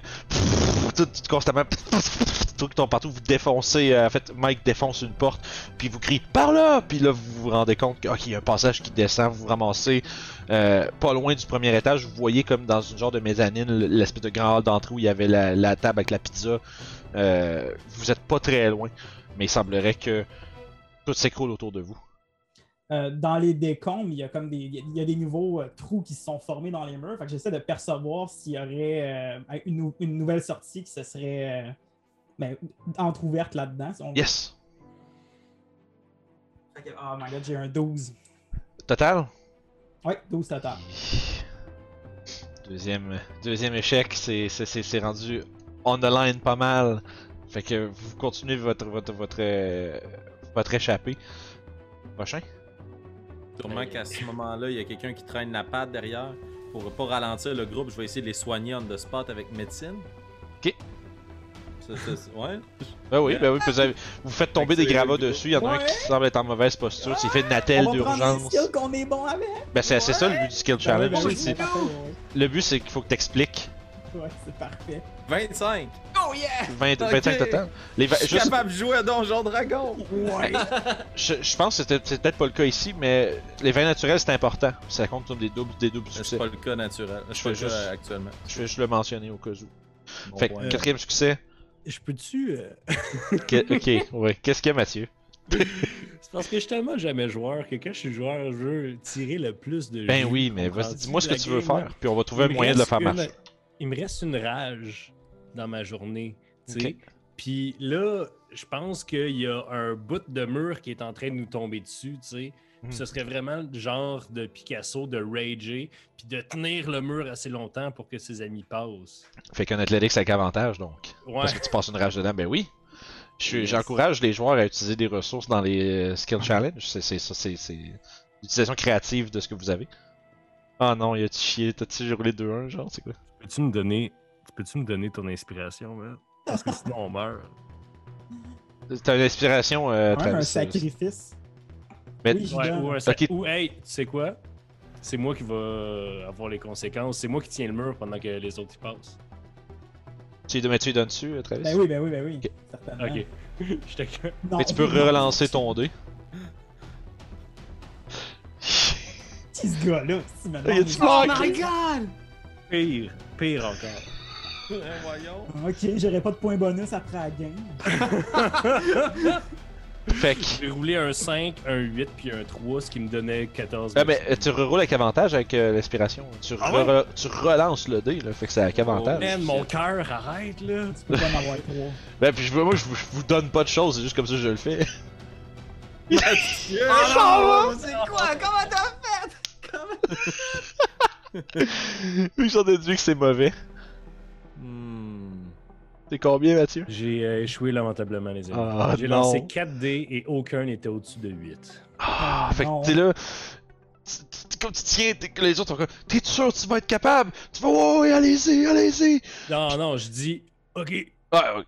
tout, tout constamment trucs qui tombent partout, vous défoncez, euh, en fait, Mike défonce une porte, puis vous crie par là, puis là vous vous rendez compte qu'il y a un passage qui descend, vous vous ramassez euh, pas loin du premier étage, vous voyez comme dans une genre de mezzanine l- l'espèce de grand hall d'entrée où il y avait la, la table avec la pizza. Euh, vous êtes pas très loin, mais il semblerait que tout s'écroule autour de vous. Euh, dans les décombres, il y a comme des, il y a des nouveaux euh, trous qui se sont formés dans les murs. Fait que j'essaie de percevoir s'il y aurait euh, une, nou- une nouvelle sortie qui se serait euh, ben, entrouverte là-dedans. si on veut. Yes! Fait que- Oh my god, j'ai un 12. Total? Ouais, 12 total. Deuxième, deuxième échec, c'est- c'est c'est- c'est rendu on the line pas mal. Fait que vous continuez votre votre votre euh, votre échappée. Prochain. Sûrement qu'à ce moment-là, il y a quelqu'un qui traîne la patte derrière. Pour pas ralentir le groupe, je vais essayer de les soigner on the spot avec médecine. Ok. Ça, ça, ça- ouais. Ben oui, ben oui, vous, avez- vous faites tomber des Fait que c'est gravats le gros. dessus. Il y en a un Ouais. qui semble être en mauvaise posture. S'il fait une attelle on va prendre des d'urgence. skills qu'on est bon avec. Ben c'est c'est ça le but du skill challenge. Ben oui, c'est- c'est- c'est parfait, ouais. le but c'est qu'il faut que t'expliques Ouais, c'est parfait. 25! 20, Ok. 25 total. Les va- Je suis ben, juste- capable de jouer à Donjon Dragon! Ouais. je, je pense que c'était- c'est peut-être pas le cas ici, mais les vins naturels c'est important. Ça compte comme des doubles des doubles C'est succès. pas le cas naturel. Je C'est pas le fais cas juste- actuellement. Je vais juste le mentionner au cas où. Bon Fait point. que quatrième succès. Je peux-tu. euh, Que- ok, ouais. Qu'est-ce qu'il y a, Mathieu C'est parce que je suis tellement jamais joueur que quand je suis joueur, je veux tirer le plus de Ben jus, oui, mais vas-y, comprends-tu, dis-moi ce de que la tu veux game, là. faire, puis on va trouver un Il me moyen de le reste faire une- marcher. Il me reste une rage dans ma journée, tu sais. Ok. Puis là, je pense qu'il y a un bout de mur qui est en train de nous tomber dessus, tu sais. Puis Hmm. Ce serait vraiment le genre de Picasso de rager, puis de tenir le mur assez longtemps pour que ses amis passent. Fait qu'un athlétique, c'est avec avantage, donc. Ouais, Parce que tu passes une rage dedans, ben oui. Je suis- Yes. J'encourage les joueurs à utiliser des ressources dans les euh, skill challenge. C'est c'est- ça, c'est c'est l'utilisation créative de ce que vous avez. Ah non, il a chié, t'as-tu j'ai roulé 2-1, genre, c'est quoi peux-tu me donner, peux-tu me donner ton inspiration, man? Parce que sinon on meurt. T'as une inspiration, euh, Même un Travis. euh, sacrifice. Mais- Oui, je Ouais, donne. ou, un sac- Ok. ou, hey, tu sais quoi? C'est moi qui va avoir les conséquences. C'est moi qui tiens le mur pendant que les autres y passent. tu, lui donnes- tu lui donnes dessus, euh, Travis Ben oui, ben oui, ben oui. Ok. Certainement. Ok. Je te cœur. Non, Mais tu peux non, relancer ton dé. c'est Ce gars-là, si maintenant. Il a dit on est- Oh fuck! my god! Pire, pire encore. Hein, voyons. Ah, Ok, j'aurais pas de point bonus après la game. Fait que. J'ai roulé un 5, un 8 puis un 3, ce qui me donnait 14. Ah ben, euh, tu reroules avec avantage avec euh, l'inspiration. Tu, Ah re- tu relances le dé, là, fait que c'est avec avantage. Man, mon cœur, arrête là. Tu peux pas en avoir trois. Ben, puis je, veux- moi, je, vous- je vous donne pas de choses, c'est juste comme ça que je le fais. Oh, c'est quoi? Comment t'as fait? Puis j'en déduis que c'est mauvais. Hmm. T'es combien, Mathieu J'ai euh, échoué lamentablement, les amis. Ah, J'ai non. lancé 4 dés et aucun n'était au-dessus de 8. Ah, fait non. que t'es là. tu- tu- tu- Comme tu tiens, t'es- que les autres sont comme. T'es sûr que tu vas être capable Tu vas, ouais, ouais, allez-y, allez-y Non, non, je dis, ok, Ah, ok.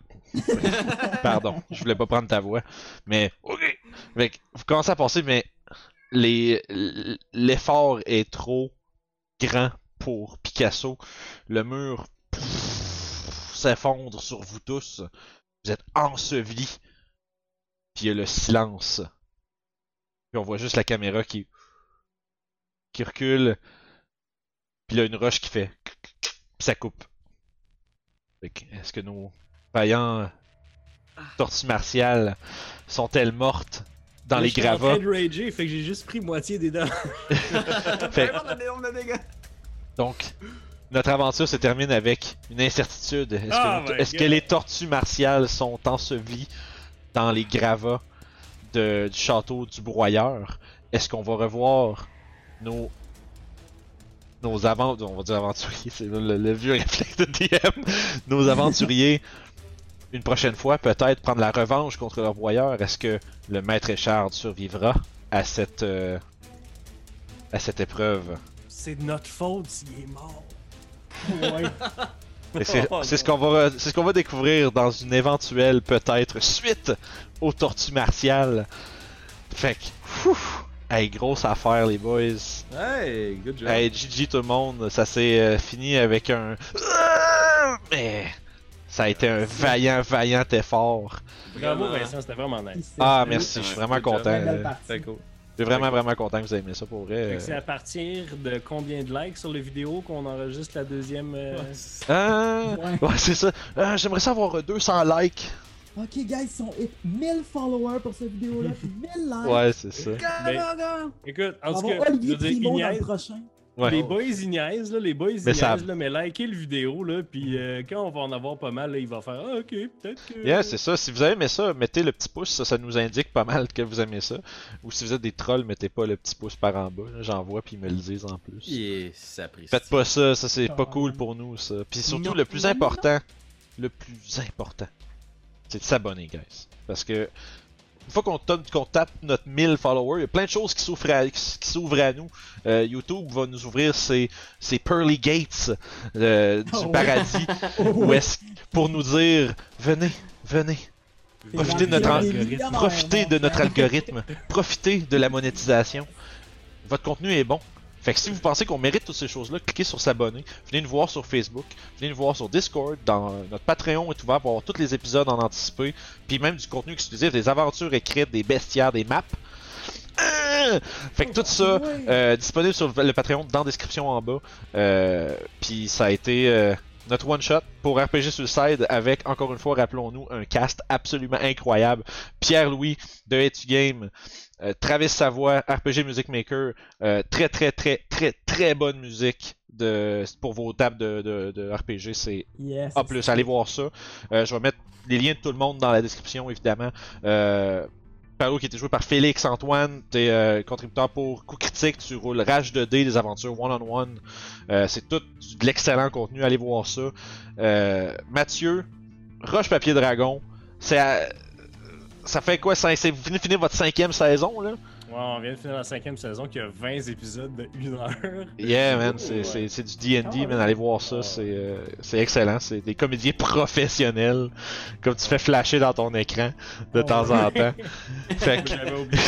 Pardon, je voulais pas prendre ta voix. Mais, ok. Fait que vous commencez à penser, mais les- l- l'effort est trop grand pour Picasso. Le mur pff, s'effondre sur vous tous. Vous êtes ensevelis. Puis il y a le silence. Puis on voit juste la caméra qui, qui recule. Puis là, une roche qui fait. Puis ça coupe. Fait que, Est-ce que nos vaillants tortues martiales sont-elles mortes dans Mais les j'étais en gravats? train de rager, fait que j'ai juste pris moitié des dents. Fait- Vraiment, le nombre de dégâts. Donc, notre aventure se termine avec une incertitude. Est-ce Ah, que, my est-ce que God. les tortues martiales sont ensevelies dans les gravats de- du château du broyeur Est-ce qu'on va revoir nos nos avant- on va dire aventuriers, c'est le, le vieux réflexe de DM, nos aventuriers, une prochaine fois, peut-être prendre la revanche contre leur broyeur. Est-ce que le maître Échard survivra à cette, euh, à cette épreuve? C'est de notre faute s'il est mort. Ouais. Et C'est Oh, c'est ce qu'on va, c'est ce qu'on va découvrir dans une éventuelle peut-être suite aux tortues martiales. Fait que, pfff, hey, grosse affaire les boys. Hey, good job. Hey, GG tout le monde, ça s'est euh, fini avec un. Mais Ça a été un vaillant, vaillant effort. Bravo Vraiment. Vincent, c'était vraiment nice. Ah, C'est- merci, je suis vraiment Good job. content. Très belle euh, partie. Très cool. Je suis vraiment, vraiment content que vous ayez aimé ça pour vrai. Fait que euh. C'est à partir de combien de likes sur les vidéos qu'on enregistre la deuxième. euh, Ah, Ouais. ouais, c'est ça. Ah, J'aimerais ça avoir euh, 200 likes. Ok, guys, ils sont hit 1000 followers pour cette vidéo-là, puis 1000 likes. Ouais, c'est ça. Mais- ben, Oh, Écoute, en tout Avant cas, je Olivier veux dire, ils Primo dans le niaisent. prochain. Ouais. Les boys, ils niaisent, là, les boys, ils Mais ça- niaisent, là, mais likez le vidéo, là, puis euh, quand on va en avoir pas mal, là, il va faire Ah, ok, peut-être que. Yeah, c'est ça. Si vous avez aimé ça, mettez le petit pouce. Ça, ça nous indique pas mal que vous aimez ça. Ou si vous êtes des trolls, mettez pas le petit pouce par en bas. là. J'en vois, puis ils me le disent en plus. Et ça pris. Faites pas ça, ça c'est pas Ah. cool pour nous, ça. Puis surtout, Non, le plus non, non, important, le plus important, c'est de s'abonner, guys. Parce que, une fois qu'on tape, qu'on tape notre 1000 followers, il y a plein de choses qui s'ouvrent à, qui qui s'ouvrent à nous. Euh, YouTube va nous ouvrir ses, ses pearly gates euh, du Oh, ouais. paradis où est-ce- pour nous dire venez, venez, C'est Profitez de la notre vidéo algorithme. des milliards, profitez mon de notre frère. algorithme, profitez de la monétisation. Votre contenu est bon. Fait que si vous pensez qu'on mérite toutes ces choses-là, cliquez sur s'abonner. Venez nous voir sur Facebook. Venez nous voir sur Discord. Dans euh, notre Patreon est ouvert pour avoir tous les épisodes en anticipé. Puis même du contenu exclusif, des aventures écrites, des bestiaires, des maps. Ah! Fait que tout ça Ouais. euh, disponible sur le Patreon dans la description en bas. Euh, Puis ça a été euh, notre one shot pour RPG Suicide avec encore une fois, rappelons-nous, un cast absolument incroyable. Pierre-Louis de Etu Game, euh, Travis Savoie, RPG Music Maker, euh, très très très très très bonne musique de pour vos tables de, de- de RPG, c'est Yes. A+. Ah, Allez voir ça. Euh, je vais mettre les liens de tout le monde dans la description évidemment. Euh, Paro qui était joué par Félix Antoine, t'es euh, contributeur pour Coup Critique, tu roules Rage 2D, des aventures one-on-one. Euh, c'est tout du- de l'excellent contenu, allez voir ça. Euh, Mathieu, Roche Papier Dragon, c'est à- ça fait quoi, ça- c'est vous venez de finir votre cinquième saison là? Ouais, on vient de finir la cinquième saison qui a 20 épisodes de 1 heure. Yeah man, c'est, Ouais. c'est, c'est du D&D, Ah ouais. man, allez voir ça, Ah ouais. c'est, euh, c'est excellent, c'est des comédiens professionnels, comme tu fais flasher dans ton écran de Ah temps en temps. Fait que, J'avais oublié.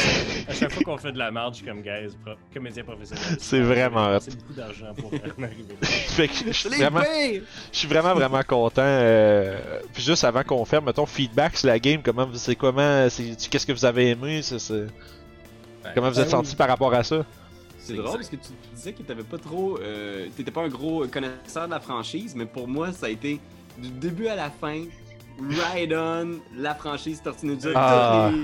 À chaque fois qu'on fait de la marge, comme guys, pro- comédien professionnel. C'est vraiment hot. C'est beaucoup d'argent pour en arriver. fait que je suis Les vraiment... pires! Je suis vraiment vraiment content. euh, Puis juste avant qu'on ferme, mettons feedback sur la game, comment vous- c'est comment c'est tu- qu'est-ce que vous avez aimé, c'est, c'est- comment vous Ben êtes oui. senti par rapport à ça C'est drôle parce que tu disais que t'avais pas trop. euh, T'étais pas un gros connaisseur de la franchise, mais pour moi, ça a été du début à la fin. Ride on, la franchise Tortue Ninja, Ah. toutes les-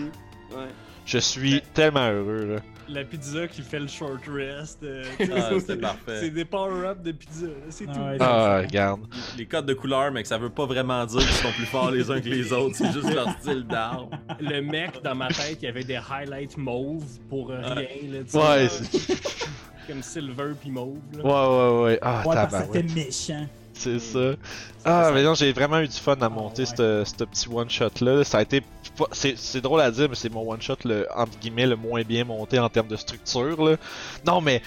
Ouais. Je suis tellement heureux là. La pizza qui fait le short rest. euh, Ah, c'est- c'était parfait. C'est des power-ups de pizza, là, c'est Ah tout. ouais, Ah regarde. Les codes de couleur, mais que ça veut pas vraiment dire qu'ils sont plus forts les uns que les autres. C'est juste leur style d'art. Le mec dans ma tête, il y avait des highlights mauves pour euh, rien. Là, tu sais, Ouais, là, c'est- comme silver puis mauve. Là. ouais ouais ouais. Ah Ouais, parce que tabarouette. c'était méchant. C'est Mm. ça. Ah, mais non, j'ai vraiment eu du fun à monter ouais. ce ce petit one-shot-là. Ça a été. pas- C'est c'est drôle à dire, mais c'est mon one-shot, le, entre guillemets, le moins bien monté en termes de structure. Là. Non, mais.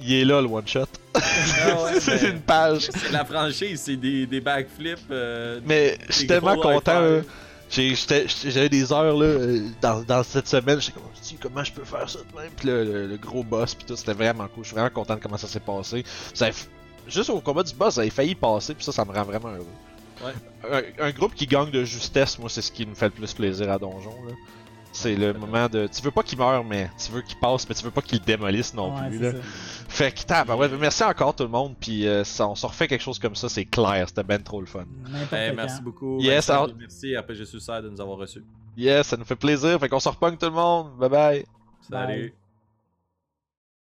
Il est là, le one-shot. c'est Ah mais- une page. C'est la franchise, c'est des, des backflips. euh, Mais je suis des tellement gros high content. euh. là. five. J'ai- j'étais- j'étais- J'avais des heures là, euh, dans, dans cette semaine, j'étais comme, Asti, comment je peux faire ça de même? Puis le, le- le gros boss, puis tout, c'était vraiment cool. Je suis vraiment content de comment ça s'est passé. Vous avez f- Juste au combat du boss, ça avait failli passer, puis ça, ça me rend vraiment heureux. Ouais. Un, un groupe qui gagne de justesse, moi, c'est ce qui me fait le plus plaisir à Donjon. là. C'est le moment de. Tu veux pas qu'il meure, mais tu veux qu'il passe, mais tu veux pas qu'il le démolisse non Ouais, plus. c'est Là. ça. Fait que, tabarouette, ben merci encore tout le monde, puis euh, ça- on se refait quelque chose comme ça, c'est clair, c'était ben trop le fun. N'importe Eh, quand. merci beaucoup. Yes, Vincent, alors- et Merci RPG Suicide de nous avoir reçus. Yes, ça nous fait plaisir. Fait qu'on se repogne tout le monde. Bye bye. Salut. Bye.